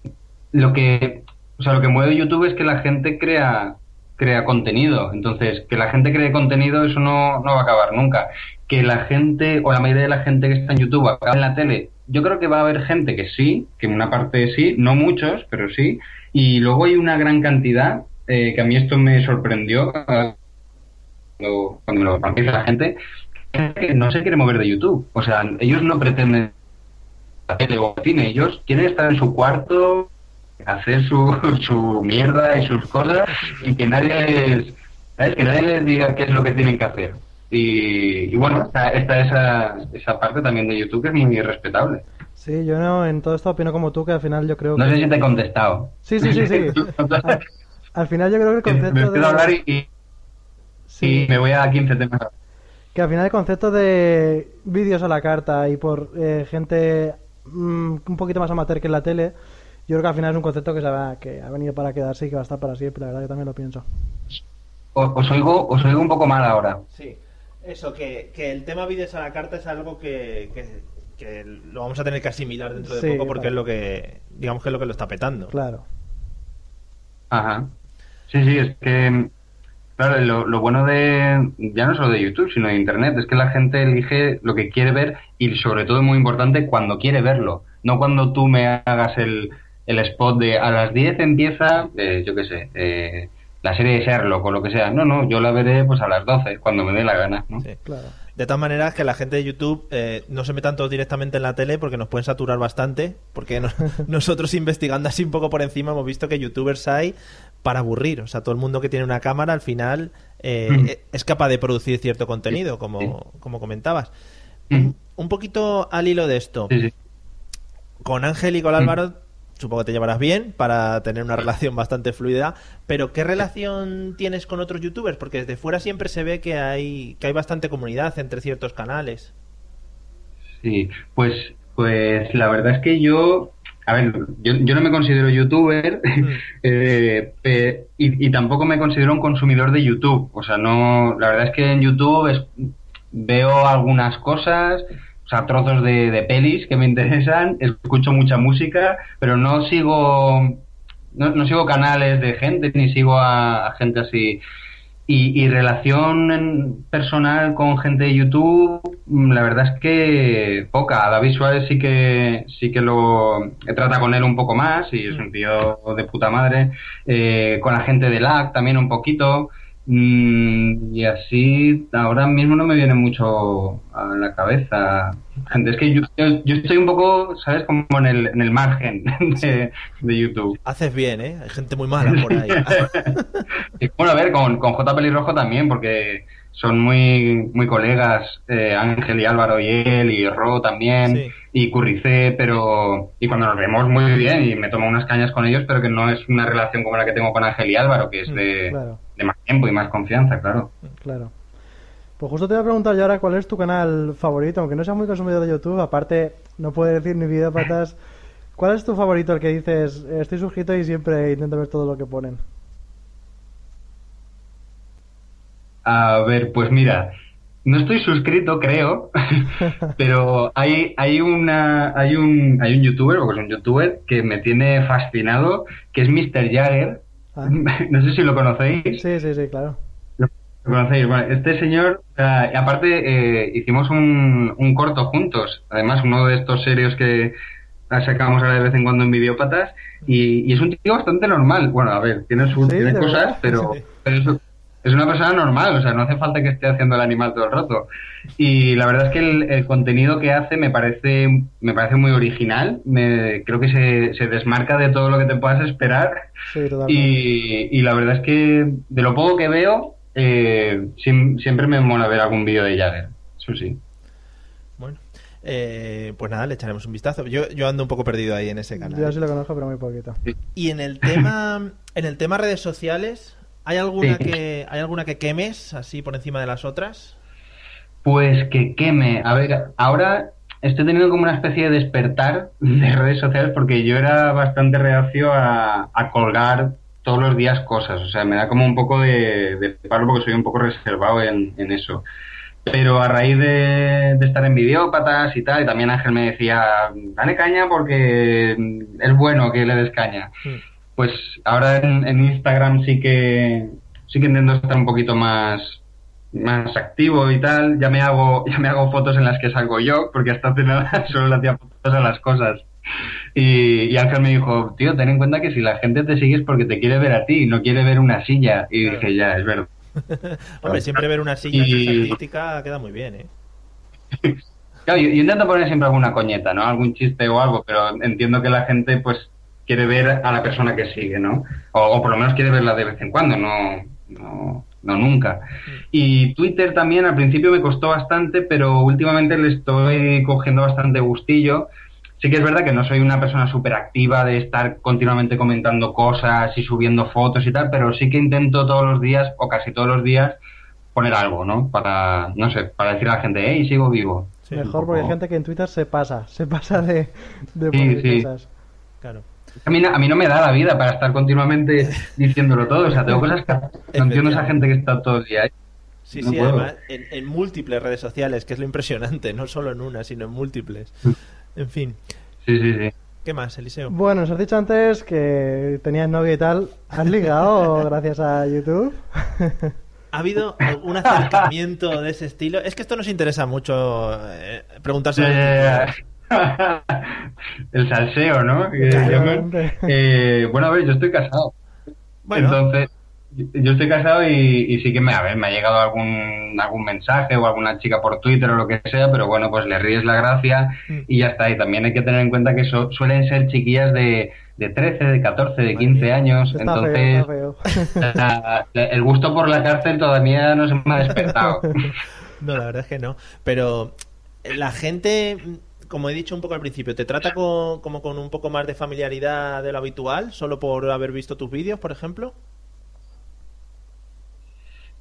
[SPEAKER 3] lo que o sea lo que mueve YouTube es que la gente crea crea contenido entonces que la gente cree contenido eso no, no va a acabar nunca que la gente o la mayoría de la gente que está en YouTube acaba en la tele yo creo que va a haber gente que sí que una parte sí no muchos pero sí y luego hay una gran cantidad eh, que a mí esto me sorprendió eh, cuando, cuando me lo plantea la gente que no se quiere mover de YouTube o sea ellos no pretenden la tele o el cine. Ellos quieren estar en su cuarto, hacer su, su mierda y sus cosas y que nadie les, ¿sabes? Que nadie les diga qué es lo que tienen que hacer. Y, y bueno, está, está esa, esa parte también de YouTube que es muy respetable.
[SPEAKER 2] Sí, yo no, en todo esto opino como tú, que al final yo creo
[SPEAKER 3] No
[SPEAKER 2] que...
[SPEAKER 3] sé si te he contestado.
[SPEAKER 2] Sí, sí, sí, sí. Al, al final yo creo que el
[SPEAKER 3] Eh, me
[SPEAKER 2] concepto
[SPEAKER 3] empiezo
[SPEAKER 2] de...
[SPEAKER 3] a hablar y,
[SPEAKER 2] Sí.
[SPEAKER 3] y me voy a 15 temas.
[SPEAKER 2] Que al final el concepto de vídeos a la carta y por eh, gente mm, un poquito más amateur que en la tele, yo creo que al final es un concepto que, se va, que ha venido para quedarse y que va a estar para siempre. La verdad, yo también lo pienso.
[SPEAKER 3] O- Os oigo, os oigo un poco mal ahora.
[SPEAKER 1] Sí, eso, que, que el tema vídeos a la carta es algo que, que- que lo vamos a tener que asimilar dentro de
[SPEAKER 2] Sí,
[SPEAKER 1] poco porque es
[SPEAKER 2] claro.
[SPEAKER 1] lo que, digamos que es lo que lo está petando.
[SPEAKER 2] Claro.
[SPEAKER 3] Ajá. Sí, sí, es que, claro, lo, lo bueno de, ya no solo de YouTube, sino de Internet, es que la gente elige lo que quiere ver y sobre todo, muy importante, cuando quiere verlo. No cuando tú me hagas el, el spot de a las 10 empieza, eh, yo qué sé, eh, la serie de Sherlock o lo que sea. No, no, yo la veré pues a las 12, cuando me dé la gana, ¿no?
[SPEAKER 1] Sí.
[SPEAKER 2] Claro.
[SPEAKER 1] De tal manera que la gente de YouTube eh, no se metan todos directamente en la tele porque nos pueden saturar bastante. Porque nos- nosotros investigando así un poco por encima hemos visto que youtubers hay para aburrir. O sea, todo el mundo que tiene una cámara al final eh,
[SPEAKER 3] Mm.
[SPEAKER 1] es capaz de producir cierto contenido, como, como comentabas.
[SPEAKER 3] Mm.
[SPEAKER 1] Un- Un poquito al hilo de esto.
[SPEAKER 3] Sí, sí.
[SPEAKER 1] Con Ángel y
[SPEAKER 3] Mm.
[SPEAKER 1] con Álvaro, supongo que te llevarás bien para tener una relación bastante fluida, pero ¿qué relación tienes con otros youtubers? Porque desde fuera siempre se ve que hay, que hay bastante comunidad entre ciertos canales.
[SPEAKER 3] Sí, pues, pues la verdad es que yo, a ver, yo, yo no me considero youtuber eh, pe- y, y tampoco me considero un consumidor de YouTube. O sea, no, la verdad es que en YouTube es- veo algunas cosas, o sea, trozos de, de pelis que me interesan, escucho mucha música, pero no sigo, no, no sigo canales de gente ni sigo a- a gente así. Y, y relación en- personal con gente de YouTube, mm, la verdad es que poca. A David Suárez sí que sí que lo he tratado con él un poco más y es un tío de puta madre. Eh, con la gente de LAC también un poquito. Mm, y así ahora mismo no me viene mucho a la cabeza. Gente, es que yo, yo- yo estoy un poco, ¿sabes? Como en el, en el margen de, de YouTube.
[SPEAKER 1] Haces bien, ¿eh? Hay gente muy mala por ahí.
[SPEAKER 3] Y, Bueno, a ver, con, con J. Pelirrojo también, porque son muy muy colegas, eh, Ángel y Álvaro y él, y Ro también,
[SPEAKER 1] Sí.
[SPEAKER 3] y Curricé, pero... Y cuando nos vemos muy bien y me tomo unas cañas con ellos, pero que no es una relación como la que tengo con Ángel y Álvaro, que es de,
[SPEAKER 2] claro.
[SPEAKER 3] de más tiempo y más confianza, claro.
[SPEAKER 2] Claro. Pues justo te voy a preguntar yo ahora cuál es tu canal favorito, aunque no sea muy consumidor de YouTube, aparte no puedo decir ni video patas. ¿Cuál es tu favorito, el que dices, estoy suscrito y siempre intento ver todo lo que ponen?
[SPEAKER 3] A ver, pues mira, no estoy suscrito, creo, pero hay, hay una, hay un, hay un youtuber, o es un youtuber, que me tiene fascinado, que es Mr. Jagger.
[SPEAKER 2] Ah.
[SPEAKER 3] No sé si lo conocéis.
[SPEAKER 2] Sí, sí, sí, claro.
[SPEAKER 3] Lo conocéis. Bueno, este señor, o sea, y aparte, eh, hicimos un, un corto juntos. Además, uno de estos serios que ah, sacamos ahora de vez en cuando en videópatas. Y, y es un tío bastante normal. Bueno, a ver, tiene, sus
[SPEAKER 2] Sí,
[SPEAKER 3] tiene
[SPEAKER 2] de
[SPEAKER 3] cosas,
[SPEAKER 2] verdad.
[SPEAKER 3] pero, pero es, es una persona normal. O sea, no hace falta que esté haciendo el animal todo el rato. Y la verdad es que el, el contenido que hace me parece, me parece muy original. Me, creo que se, se desmarca de todo lo que te puedas esperar.
[SPEAKER 2] Sí, totalmente.
[SPEAKER 3] Y, y la verdad es que de lo poco que veo, eh, siem- siempre me mola ver algún vídeo de Jagger. Eso sí.
[SPEAKER 1] bueno, eh, pues nada, le echaremos un vistazo. Yo, yo ando un poco perdido ahí en ese canal.
[SPEAKER 2] Yo sí lo conozco, pero muy poquito.
[SPEAKER 1] Y en el tema, en el tema redes sociales, ¿hay alguna,
[SPEAKER 3] Sí.
[SPEAKER 1] que, ¿hay alguna que quemes así por encima de las otras?
[SPEAKER 3] Pues que queme. A ver, ahora estoy teniendo como una especie de despertar de redes sociales porque yo era bastante reacio a, a colgar todos los días cosas. O sea, me da como un poco de, de palo porque soy un poco reservado en, en eso. Pero a raíz de, de estar en videópatas y tal, y también Ángel me decía, dale caña porque mm, es bueno que le des caña. Pues ahora en, en Instagram sí que sí que intento estar un poquito más más activo y tal. Ya me hago ya me hago fotos en las que salgo yo, porque hasta hace nada solo le hacía fotos a las cosas. Y, y Ángel me dijo, tío, ten en cuenta que si la gente te sigue es porque te quiere ver a ti, no quiere ver una silla. Y dije, ya, es verdad.
[SPEAKER 1] Hombre, siempre ver una silla que es
[SPEAKER 3] Y-
[SPEAKER 1] artística queda muy bien, ¿eh?
[SPEAKER 3] Claro, yo, yo intento poner siempre alguna coñeta, ¿no? Algún chiste o algo, pero entiendo que la gente, pues, quiere ver a la persona que sigue, ¿no? O, o por lo menos quiere verla de vez en cuando, no, no, no nunca. Y Twitter también al principio me costó bastante, pero últimamente le estoy cogiendo bastante gustillo. Sí que es verdad que no soy una persona súper activa de estar continuamente comentando cosas y subiendo fotos y tal, pero sí que intento todos los días, o casi todos los días, poner algo, ¿no? Para, no sé, para decir a la gente, hey, sigo vivo.
[SPEAKER 2] Mejor porque hay gente que en Twitter se pasa, se pasa de, de
[SPEAKER 3] Sí,
[SPEAKER 2] poner
[SPEAKER 3] sí.
[SPEAKER 2] cosas.
[SPEAKER 1] Claro.
[SPEAKER 3] A mí, no- a mí no me da la vida para estar continuamente diciéndolo todo. O sea, tengo cosas que hacer. no entiendo a esa gente que está todo el día ahí.
[SPEAKER 1] Sí,
[SPEAKER 3] No
[SPEAKER 1] sí,
[SPEAKER 3] puedo.
[SPEAKER 1] además en, en múltiples redes sociales, que es lo impresionante, no solo en una, sino en múltiples. En fin,
[SPEAKER 3] Sí, sí, sí.
[SPEAKER 1] ¿qué más, Eliseo?
[SPEAKER 2] Bueno, os has dicho antes que tenías novia y tal. ¿Has ligado gracias a YouTube?
[SPEAKER 1] ¿Ha habido algún acercamiento de ese estilo? Es que esto nos interesa mucho eh, preguntarse.
[SPEAKER 3] Ya, ya, ya. Eh, El salseo, ¿no? Que yo me-
[SPEAKER 2] Claramente.
[SPEAKER 3] eh, bueno, a ver, yo estoy casado.
[SPEAKER 1] Bueno,
[SPEAKER 3] Entonces, Yo estoy casado y, y sí que me, a ver, me ha llegado algún, algún mensaje o alguna chica por Twitter o lo que sea, pero bueno, pues le ríes la gracia
[SPEAKER 2] Mm.
[SPEAKER 3] y ya está. Y también hay que tener en cuenta que so- suelen ser chiquillas de, de 13, de 14, de 15 años.
[SPEAKER 2] Está
[SPEAKER 3] entonces,
[SPEAKER 2] feo, está feo.
[SPEAKER 3] la- la- el gusto por la cárcel todavía no se me ha despertado.
[SPEAKER 1] No, la verdad es que no. Pero eh, la gente, como he dicho un poco al principio, ¿te trata con, como con un poco más de familiaridad de lo habitual? ¿Solo por haber visto tus vídeos, por ejemplo?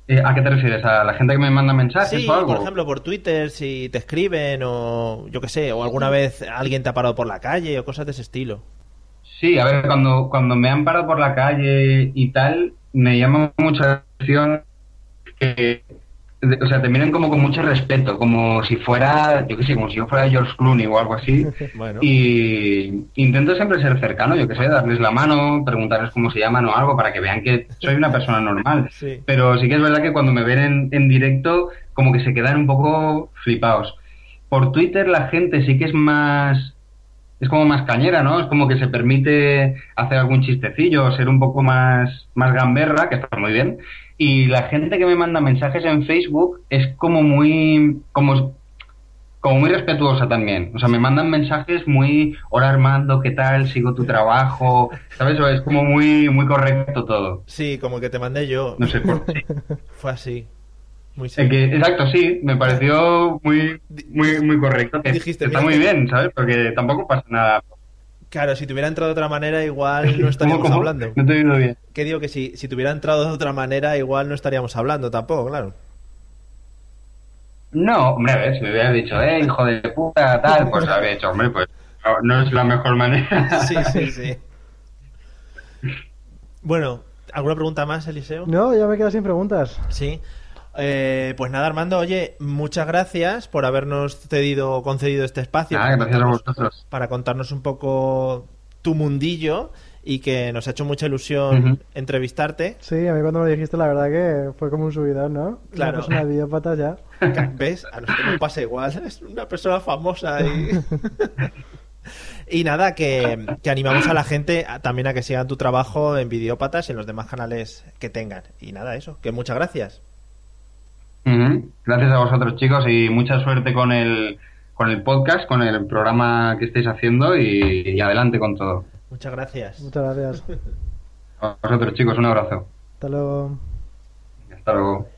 [SPEAKER 3] Eh, ¿A qué te refieres? ¿A la gente que me manda mensajes
[SPEAKER 1] Sí,
[SPEAKER 3] o algo?
[SPEAKER 1] por ejemplo, por Twitter, si te escriben o yo qué sé, o alguna vez alguien te ha parado por la calle o cosas de ese estilo.
[SPEAKER 3] Sí, a ver, cuando, cuando me han parado por la calle y tal, me llama mucho la atención que, de- o sea, te miran como con mucho respeto, como si fuera, yo qué sé, como si yo fuera George Clooney o algo así.
[SPEAKER 1] Bueno.
[SPEAKER 3] Y intento siempre ser cercano, yo qué sé, darles la mano, preguntarles cómo se llaman o algo para que vean que soy una persona normal.
[SPEAKER 1] Sí.
[SPEAKER 3] Pero sí que es verdad que cuando me ven en, en directo, como que se quedan un poco flipados. Por Twitter la gente sí que es más... Es como más cañera, ¿no? Es como que se permite hacer algún chistecillo, ser un poco más, más gamberra, que está muy bien. Y la gente que me manda mensajes en Facebook es como muy... como como muy respetuosa también. O sea, me mandan mensajes muy, hola Armando, ¿qué tal? Sigo tu trabajo, ¿sabes? O es como muy, muy correcto todo.
[SPEAKER 1] Sí, como que te mandé yo.
[SPEAKER 3] No sé por
[SPEAKER 1] Fue así. Muy
[SPEAKER 3] Eh,
[SPEAKER 1] serio.
[SPEAKER 3] que- exacto, sí, me pareció muy, muy, muy correcto. que-
[SPEAKER 1] Dijiste,
[SPEAKER 3] que está
[SPEAKER 1] mira
[SPEAKER 3] muy
[SPEAKER 1] que-
[SPEAKER 3] bien, ¿sabes? Porque tampoco pasa nada.
[SPEAKER 1] Claro, si te hubiera entrado de otra manera, igual no estaríamos
[SPEAKER 3] ¿Cómo, cómo?
[SPEAKER 1] hablando.
[SPEAKER 3] No te he oído bien.
[SPEAKER 1] Que digo que si, si te hubiera entrado de otra manera, igual no estaríamos hablando tampoco, claro.
[SPEAKER 3] No, hombre, a ver, si me hubieras dicho, eh, hijo de puta, tal, pues habría dicho, hombre, pues no- no es la mejor manera.
[SPEAKER 1] Sí, sí, sí. Bueno, ¿alguna pregunta más, Eliseo?
[SPEAKER 2] No, ya me quedo sin preguntas.
[SPEAKER 1] Sí. Eh, pues nada, Armando, oye, muchas gracias por habernos cedido, concedido este espacio
[SPEAKER 3] Nada, Ah, gracias a vosotros.
[SPEAKER 1] para contarnos un poco tu mundillo y que nos ha hecho mucha ilusión
[SPEAKER 3] Ujú.
[SPEAKER 1] entrevistarte.
[SPEAKER 2] Sí, a mí cuando me lo dijiste, la verdad que fue como un subidón, ¿no? Una
[SPEAKER 1] Claro.
[SPEAKER 2] persona videópata ya.
[SPEAKER 1] Ca- ¿Ves? A nosotros nos pasa igual. Es una persona famosa y... Y nada, que, que animamos a la gente a- también a que sigan tu trabajo en Videópatas y en los demás canales que tengan. Y nada, eso. Que muchas gracias.
[SPEAKER 3] Ujú. Gracias a vosotros, chicos, y mucha suerte con el, con el podcast, con el programa que estáis haciendo y, y adelante con todo.
[SPEAKER 1] Muchas gracias.
[SPEAKER 2] Muchas gracias.
[SPEAKER 3] A vosotros, chicos, un abrazo.
[SPEAKER 2] Hasta luego.
[SPEAKER 3] Hasta luego.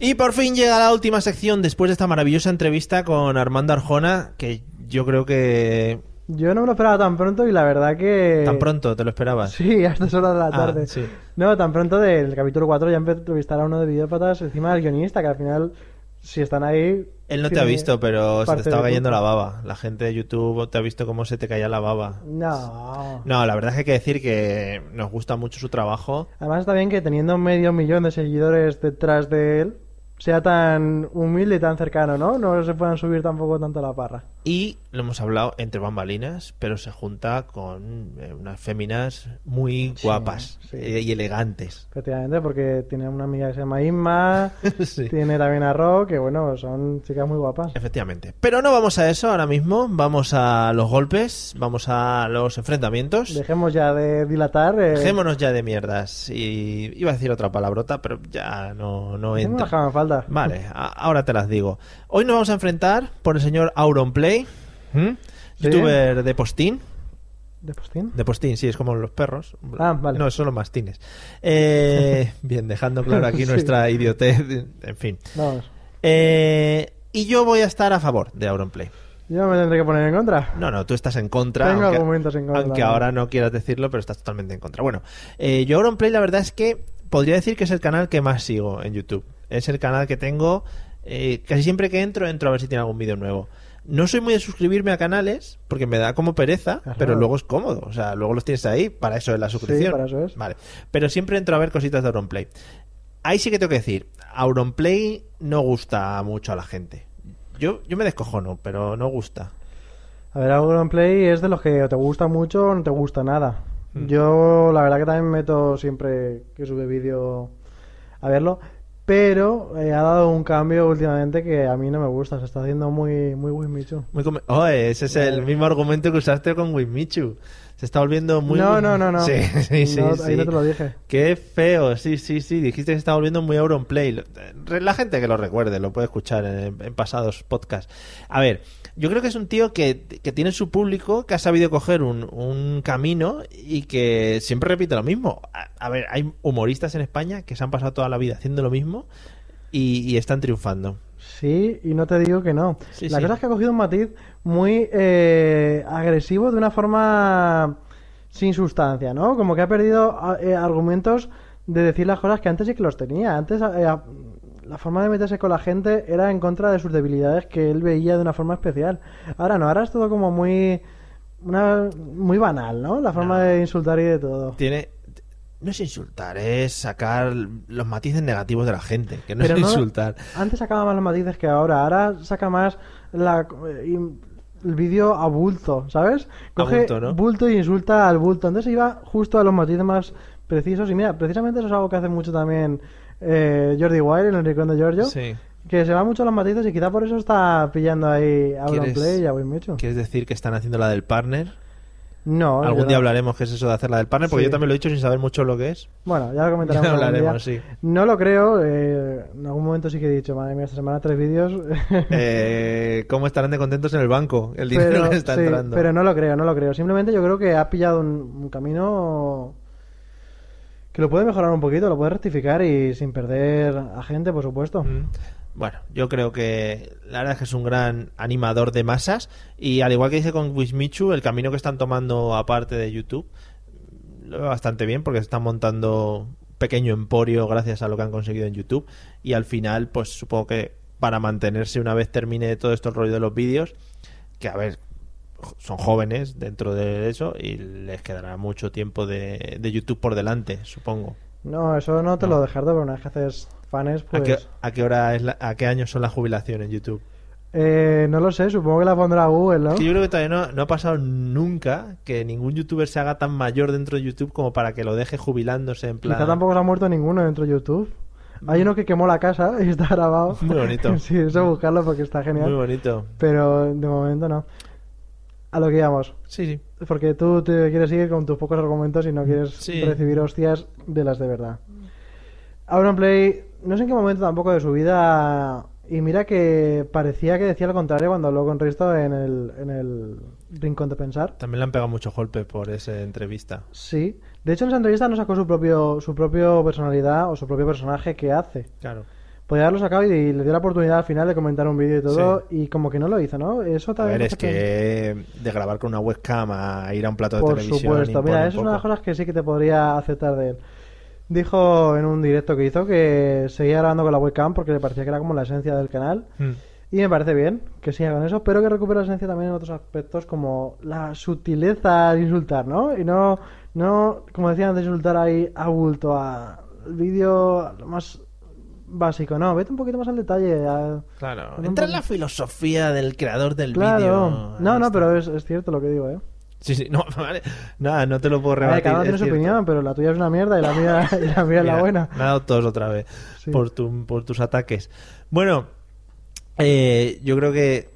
[SPEAKER 1] Y por fin llega la última sección después de esta maravillosa entrevista con Armando Arjona, que yo creo que
[SPEAKER 2] Yo no me lo esperaba tan pronto y la verdad que...
[SPEAKER 1] tan pronto te lo esperabas.
[SPEAKER 2] Eh, Sí, a estas horas de la
[SPEAKER 1] Ah,
[SPEAKER 2] tarde.
[SPEAKER 1] sí.
[SPEAKER 2] No, tan pronto del capítulo 4 ya empecé a entrevistar a uno de videópatas encima del guionista, que al final, si están ahí...
[SPEAKER 1] Él no te ha
[SPEAKER 2] tiene
[SPEAKER 1] visto, pero se te
[SPEAKER 2] parte
[SPEAKER 1] estaba
[SPEAKER 2] de
[SPEAKER 1] cayendo la
[SPEAKER 2] culpa.
[SPEAKER 1] baba. La gente de YouTube te ha visto cómo se te caía la baba.
[SPEAKER 2] No.
[SPEAKER 1] No, la verdad es que hay que decir que nos gusta mucho su trabajo.
[SPEAKER 2] Además está bien que teniendo medio millón de seguidores detrás de él, sea tan humilde y tan cercano, ¿no? No se puedan subir tampoco tanto la parra.
[SPEAKER 1] Y lo hemos hablado entre bambalinas, pero se junta con eh, unas féminas muy guapas
[SPEAKER 2] sí.
[SPEAKER 1] eh, y elegantes.
[SPEAKER 2] Efectivamente, porque tiene una amiga que se llama Inma,
[SPEAKER 1] Sí.
[SPEAKER 2] tiene también a Ro, que bueno, son chicas muy guapas.
[SPEAKER 1] Efectivamente. Pero no vamos a eso ahora mismo. Vamos a los golpes, vamos a los enfrentamientos.
[SPEAKER 2] Dejemos ya de dilatar. eh,
[SPEAKER 1] Dejémonos ya de mierdas. Y iba a decir otra palabrota, pero ya no, no
[SPEAKER 2] dejemos las que
[SPEAKER 1] entra.
[SPEAKER 2] hagan falta.
[SPEAKER 1] Vale, a- ahora te las digo. Hoy nos vamos a enfrentar por el señor Auronplay, ¿m?
[SPEAKER 2] Sí.
[SPEAKER 1] youtuber de postín.
[SPEAKER 2] ¿De postín?
[SPEAKER 1] De postín, sí, es como los perros.
[SPEAKER 2] Ah, vale.
[SPEAKER 1] No, son los mastines. Eh, bien, dejando claro aquí
[SPEAKER 2] Sí.
[SPEAKER 1] nuestra idiotez. En fin.
[SPEAKER 2] Vamos.
[SPEAKER 1] Eh, y yo voy a estar a favor de Auronplay.
[SPEAKER 2] Yo me tendré que poner en contra.
[SPEAKER 1] No, no, tú estás en contra.
[SPEAKER 2] Tengo
[SPEAKER 1] aunque,
[SPEAKER 2] argumentos en contra,
[SPEAKER 1] aunque
[SPEAKER 2] ¿no?
[SPEAKER 1] ahora no quieras decirlo, pero estás totalmente en contra. Bueno, eh, yo Auronplay la verdad es que podría decir que es el canal que más sigo en YouTube. Es el canal que tengo... eh, casi siempre que entro, entro a ver si tiene algún vídeo nuevo. No soy muy de suscribirme a canales porque me da como pereza,
[SPEAKER 2] Ajá.
[SPEAKER 1] pero luego es cómodo. O sea, luego los tienes ahí, para eso es la suscripción.
[SPEAKER 2] para eso es.
[SPEAKER 1] Vale. Pero siempre entro a ver cositas de Auronplay. Ahí sí que tengo que decir, Auronplay no gusta mucho a la gente. Yo, yo me descojono, pero no gusta.
[SPEAKER 2] A ver, Auron Play es de los que o te gusta mucho o no te gusta nada. Yo, la verdad, que también meto siempre que sube vídeo a verlo. Pero eh, ha dado un cambio últimamente que a mí no me gusta. Se está haciendo muy, muy With Me Too.
[SPEAKER 1] Muy come- Oh, ese es el mismo argumento que usaste con Wimichu. Se está volviendo muy...
[SPEAKER 2] No, no, no, no.
[SPEAKER 1] Sí, sí, sí.
[SPEAKER 2] No, ahí
[SPEAKER 1] sí.
[SPEAKER 2] no te lo dije.
[SPEAKER 1] Qué feo, sí, sí, sí. Dijiste que se estaba volviendo muy Auronplay. Lo- re- La gente que lo recuerde lo puede escuchar en, en pasados podcasts. A ver, yo creo que es un tío que, que tiene su público, que ha sabido coger un, un camino y que siempre repite lo mismo. A, a ver, hay humoristas en España que se han pasado toda la vida haciendo lo mismo y, y están triunfando.
[SPEAKER 2] Sí, y no te digo que no.
[SPEAKER 1] Sí,
[SPEAKER 2] la
[SPEAKER 1] sí.
[SPEAKER 2] cosa es que ha cogido un matiz muy eh, agresivo de una forma sin sustancia, ¿no? Como que ha perdido a- eh, argumentos de decir las cosas que antes sí que los tenía. Antes eh, a- la forma de meterse con la gente era en contra de sus debilidades que él veía de una forma especial. Ahora no, ahora es todo como muy... Una, muy banal, ¿no? La forma de insultar y de todo.
[SPEAKER 1] Tiene... No es insultar, es sacar los matices negativos de la gente, que no
[SPEAKER 2] Pero
[SPEAKER 1] es
[SPEAKER 2] no-
[SPEAKER 1] insultar.
[SPEAKER 2] Antes sacaba más los matices que ahora. Ahora saca más la, eh, im- el vídeo a bulto, ¿sabes? Coge
[SPEAKER 1] bulto, ¿no?
[SPEAKER 2] bulto y insulta al bulto. Entonces iba justo a los matices más precisos. Y mira, precisamente eso es algo que hace mucho también eh, Jordi Wild en el Rincón de Giorgio.
[SPEAKER 1] Sí.
[SPEAKER 2] Que se va mucho a los matices y quizá por eso está pillando ahí a
[SPEAKER 1] ¿Quieres-
[SPEAKER 2] Play y a Winmichu.
[SPEAKER 1] ¿Quieres decir que están haciendo la del partner?
[SPEAKER 2] No, yo
[SPEAKER 1] Algún
[SPEAKER 2] no.
[SPEAKER 1] día hablaremos qué es eso de hacer la del partner, porque
[SPEAKER 2] Sí.
[SPEAKER 1] yo también lo he dicho sin saber mucho lo que es.
[SPEAKER 2] Bueno, ya lo comentaremos.
[SPEAKER 1] Ya
[SPEAKER 2] algún
[SPEAKER 1] hablaremos,
[SPEAKER 2] día.
[SPEAKER 1] sí.
[SPEAKER 2] No lo creo. eh, en algún momento sí que he dicho, madre mía, esta semana tres vídeos.
[SPEAKER 1] Eh, ¿Cómo estarán de contentos en el banco? El dinero que está
[SPEAKER 2] sí,
[SPEAKER 1] entrando.
[SPEAKER 2] pero no lo creo, no lo creo. Simplemente yo creo que ha pillado un, un camino que lo puede mejorar un poquito, lo puede rectificar y sin perder a gente, por supuesto.
[SPEAKER 1] Mm. Bueno, yo creo que la verdad es que es un gran animador de masas y al igual que hice con Wismichu, el camino que están tomando aparte de YouTube lo veo bastante bien porque están montando un pequeño emporio gracias a lo que han conseguido en YouTube y al final pues supongo que para mantenerse una vez termine todo esto el rollo de los vídeos que a ver jo- son jóvenes dentro de eso y les quedará mucho tiempo de, de YouTube por delante supongo
[SPEAKER 2] No, eso no te
[SPEAKER 1] No.
[SPEAKER 2] lo dejaré, pero una vez que haces fans,
[SPEAKER 1] ¿A, qué,
[SPEAKER 2] pues...
[SPEAKER 1] a qué hora es la- a qué año son la jubilación en YouTube
[SPEAKER 2] eh, no lo sé, supongo que la pondrá Google, ¿no?
[SPEAKER 1] Es que yo creo que todavía no, no ha pasado nunca que ningún youtuber se haga tan mayor dentro de YouTube como para que lo deje jubilándose en plan.
[SPEAKER 2] Quizá tampoco se ha muerto ninguno dentro de YouTube. Hay uno que quemó la casa y está grabado.
[SPEAKER 1] Mm. Muy bonito.
[SPEAKER 2] sí, eso buscarlo porque está
[SPEAKER 1] Muy
[SPEAKER 2] genial.
[SPEAKER 1] bonito.
[SPEAKER 2] pero de momento no. A lo que íbamos.
[SPEAKER 1] Sí, sí.
[SPEAKER 2] Porque tú te quieres seguir con tus pocos argumentos y no quieres
[SPEAKER 1] Sí.
[SPEAKER 2] recibir hostias de las de verdad. Auronplay, no sé en qué momento tampoco de su vida. Y mira que parecía que decía lo contrario cuando habló con Risto en el, en el Rincón de Pensar.
[SPEAKER 1] También le han pegado muchos golpes por esa entrevista.
[SPEAKER 2] Sí. De hecho, en esa entrevista no sacó su propio, su propio personalidad o su propio personaje que hace.
[SPEAKER 1] Claro.
[SPEAKER 2] Podía haberlo sacado y le dio la oportunidad al final de comentar un vídeo y todo. Y como que no lo hizo, ¿no? Eso
[SPEAKER 1] A
[SPEAKER 2] también.
[SPEAKER 1] ver,
[SPEAKER 2] me
[SPEAKER 1] es
[SPEAKER 2] sorprende.
[SPEAKER 1] que de grabar con una webcam a ir a un plato de
[SPEAKER 2] Por
[SPEAKER 1] televisión.
[SPEAKER 2] supuesto,
[SPEAKER 1] impone
[SPEAKER 2] mira,
[SPEAKER 1] un
[SPEAKER 2] eso es una de las
[SPEAKER 1] poco.
[SPEAKER 2] cosas que sí que te podría aceptar de él. Dijo en un directo que hizo que seguía grabando con la webcam porque le parecía que era como la esencia del canal.
[SPEAKER 1] Mm.
[SPEAKER 2] Y me parece bien que siga con eso, pero que recupere la esencia también en otros aspectos como la sutileza al insultar, ¿no? Y no, no como decía antes, insultar ahí a bulto, a al vídeo a lo más básico, no, vete un poquito más al detalle. a-
[SPEAKER 1] Claro.
[SPEAKER 2] Con un
[SPEAKER 1] Entra en
[SPEAKER 2] poco-
[SPEAKER 1] la filosofía del creador del
[SPEAKER 2] Claro,
[SPEAKER 1] vídeo.
[SPEAKER 2] no,
[SPEAKER 1] Ahí
[SPEAKER 2] no,
[SPEAKER 1] está.
[SPEAKER 2] pero es, es cierto lo que digo, ¿eh?
[SPEAKER 1] Sí, sí, no, vale. Nada, no te lo puedo
[SPEAKER 2] A ver,
[SPEAKER 1] rebatir.
[SPEAKER 2] cada uno
[SPEAKER 1] es
[SPEAKER 2] tiene su
[SPEAKER 1] cierto.
[SPEAKER 2] opinión, pero la tuya es una mierda y la mía, y la, mía es la
[SPEAKER 1] Mira,
[SPEAKER 2] buena.
[SPEAKER 1] Me ha dado tos otra vez
[SPEAKER 2] Sí.
[SPEAKER 1] por, tu- por tus ataques. Bueno, eh, yo creo que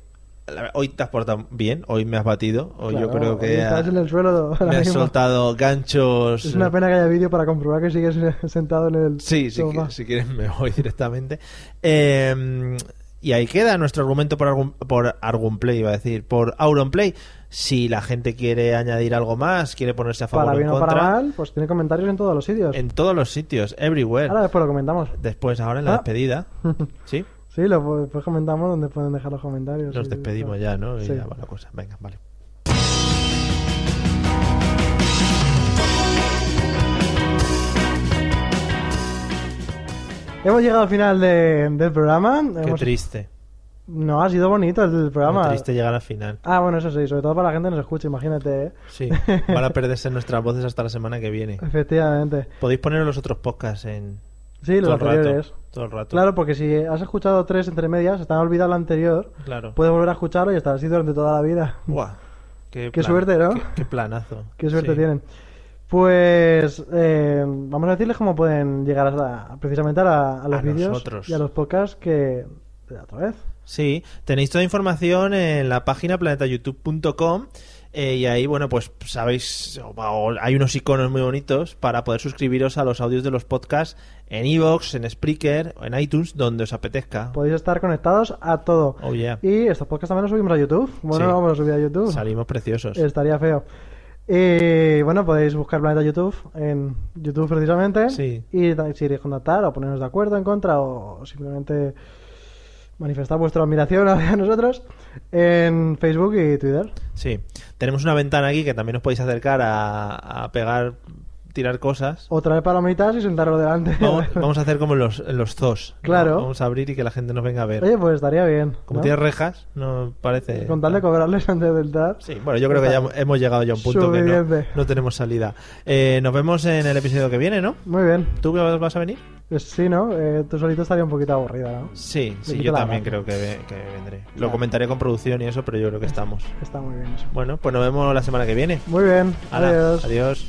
[SPEAKER 1] la- hoy te has portado bien, hoy me has batido, hoy yo
[SPEAKER 2] Claro,
[SPEAKER 1] creo
[SPEAKER 2] hoy
[SPEAKER 1] que ha-
[SPEAKER 2] estás en el suelo ahora
[SPEAKER 1] me has
[SPEAKER 2] mismo.
[SPEAKER 1] soltado ganchos.
[SPEAKER 2] Es una pena que haya vídeo para comprobar que sigues sentado en el
[SPEAKER 1] Sí, sí,
[SPEAKER 2] sofá.
[SPEAKER 1] que- si quieres me voy directamente. Eh, y ahí queda nuestro argumento por, Argun- por Argunplay, iba a decir, por Auronplay. Si la gente quiere añadir algo más, quiere ponerse a favor
[SPEAKER 2] Para
[SPEAKER 1] o en
[SPEAKER 2] bien o para
[SPEAKER 1] contra,
[SPEAKER 2] mal, pues tiene comentarios en todos los sitios.
[SPEAKER 1] en todos los sitios, everywhere.
[SPEAKER 2] Ahora después lo comentamos.
[SPEAKER 1] Después, ahora en la
[SPEAKER 2] Ah.
[SPEAKER 1] despedida. ¿Sí?
[SPEAKER 2] Sí, lo, después comentamos donde pueden dejar los comentarios.
[SPEAKER 1] Nos
[SPEAKER 2] Sí, sí,
[SPEAKER 1] despedimos
[SPEAKER 2] sí.
[SPEAKER 1] ya, ¿no? Y
[SPEAKER 2] Sí.
[SPEAKER 1] ya va la cosa. Venga, vale.
[SPEAKER 2] Hemos llegado al final de- del programa.
[SPEAKER 1] Qué
[SPEAKER 2] Hemos-
[SPEAKER 1] triste.
[SPEAKER 2] No, ha sido bonito el, programa.
[SPEAKER 1] Qué triste llegar al final.
[SPEAKER 2] Ah, bueno, eso sí, sobre todo para la gente que nos escucha, imagínate. ¿eh?
[SPEAKER 1] Sí, van a perderse nuestras voces hasta la semana que viene.
[SPEAKER 2] Efectivamente.
[SPEAKER 1] Podéis poner los otros podcasts en
[SPEAKER 2] Sí, los
[SPEAKER 1] todo el
[SPEAKER 2] anteriores.
[SPEAKER 1] rato. Todo el rato.
[SPEAKER 2] Claro, porque si has escuchado tres entre medias, se te ha olvidado el anterior,
[SPEAKER 1] Claro.
[SPEAKER 2] puedes volver a escucharlo y estar así durante toda la vida.
[SPEAKER 1] Buah, qué,
[SPEAKER 2] Qué suerte, ¿no?
[SPEAKER 1] Qué, qué planazo.
[SPEAKER 2] Qué suerte
[SPEAKER 1] Sí.
[SPEAKER 2] tienen. Pues eh, vamos a decirles cómo pueden llegar hasta- precisamente a, la- a los
[SPEAKER 1] A
[SPEAKER 2] vídeos
[SPEAKER 1] nosotros.
[SPEAKER 2] y a los podcasts que... Otra vez.
[SPEAKER 1] Sí, tenéis toda información en la página planetayoutube.com eh, y ahí, bueno, pues sabéis, o- o hay unos iconos muy bonitos para poder suscribiros a los audios de los podcasts en iVoox, en Spreaker, en iTunes, donde os apetezca.
[SPEAKER 2] Podéis estar conectados a todo.
[SPEAKER 1] Oh, yeah.
[SPEAKER 2] Y estos podcasts también los subimos a YouTube. Bueno,
[SPEAKER 1] Sí.
[SPEAKER 2] no vamos a subir a YouTube.
[SPEAKER 1] Salimos preciosos.
[SPEAKER 2] Estaría feo. Y bueno, podéis buscar Planeta YouTube en YouTube precisamente.
[SPEAKER 1] Sí.
[SPEAKER 2] Y ta- si queréis contactar o ponernos de acuerdo en contra o simplemente manifestar vuestra admiración hacia nosotros en Facebook y Twitter.
[SPEAKER 1] Sí, tenemos una ventana aquí que también os podéis acercar a, a pegar, tirar cosas.
[SPEAKER 2] O traer palomitas y sentaros delante.
[SPEAKER 1] Vamos, vamos a hacer como en los, en los zoos. ¿no?
[SPEAKER 2] Claro.
[SPEAKER 1] Vamos a abrir y que la gente nos venga a ver.
[SPEAKER 2] Oye, pues estaría bien.
[SPEAKER 1] como
[SPEAKER 2] ¿no?
[SPEAKER 1] tiene rejas, no parece...
[SPEAKER 2] Con tal de cobrarles antes del dar.
[SPEAKER 1] Sí, bueno, yo creo que ya hemos llegado ya a un punto que no-
[SPEAKER 2] Suficiente.
[SPEAKER 1] no, tenemos salida. Eh, nos vemos en el episodio que viene, ¿no?
[SPEAKER 2] Muy bien.
[SPEAKER 1] ¿Tú vas a venir?
[SPEAKER 2] Pues sí, ¿no? Eh, tú solito estaría un poquito aburrida, ¿no?
[SPEAKER 1] Sí, sí,
[SPEAKER 2] quito
[SPEAKER 1] yo
[SPEAKER 2] la
[SPEAKER 1] también
[SPEAKER 2] gana.
[SPEAKER 1] creo que, ve- que vendré. Lo comentaré con producción y eso, pero yo creo que estamos.
[SPEAKER 2] Está muy bien eso.
[SPEAKER 1] Bueno, pues nos vemos la semana que viene.
[SPEAKER 2] Muy bien.
[SPEAKER 1] Hala,
[SPEAKER 2] adiós.
[SPEAKER 1] adiós.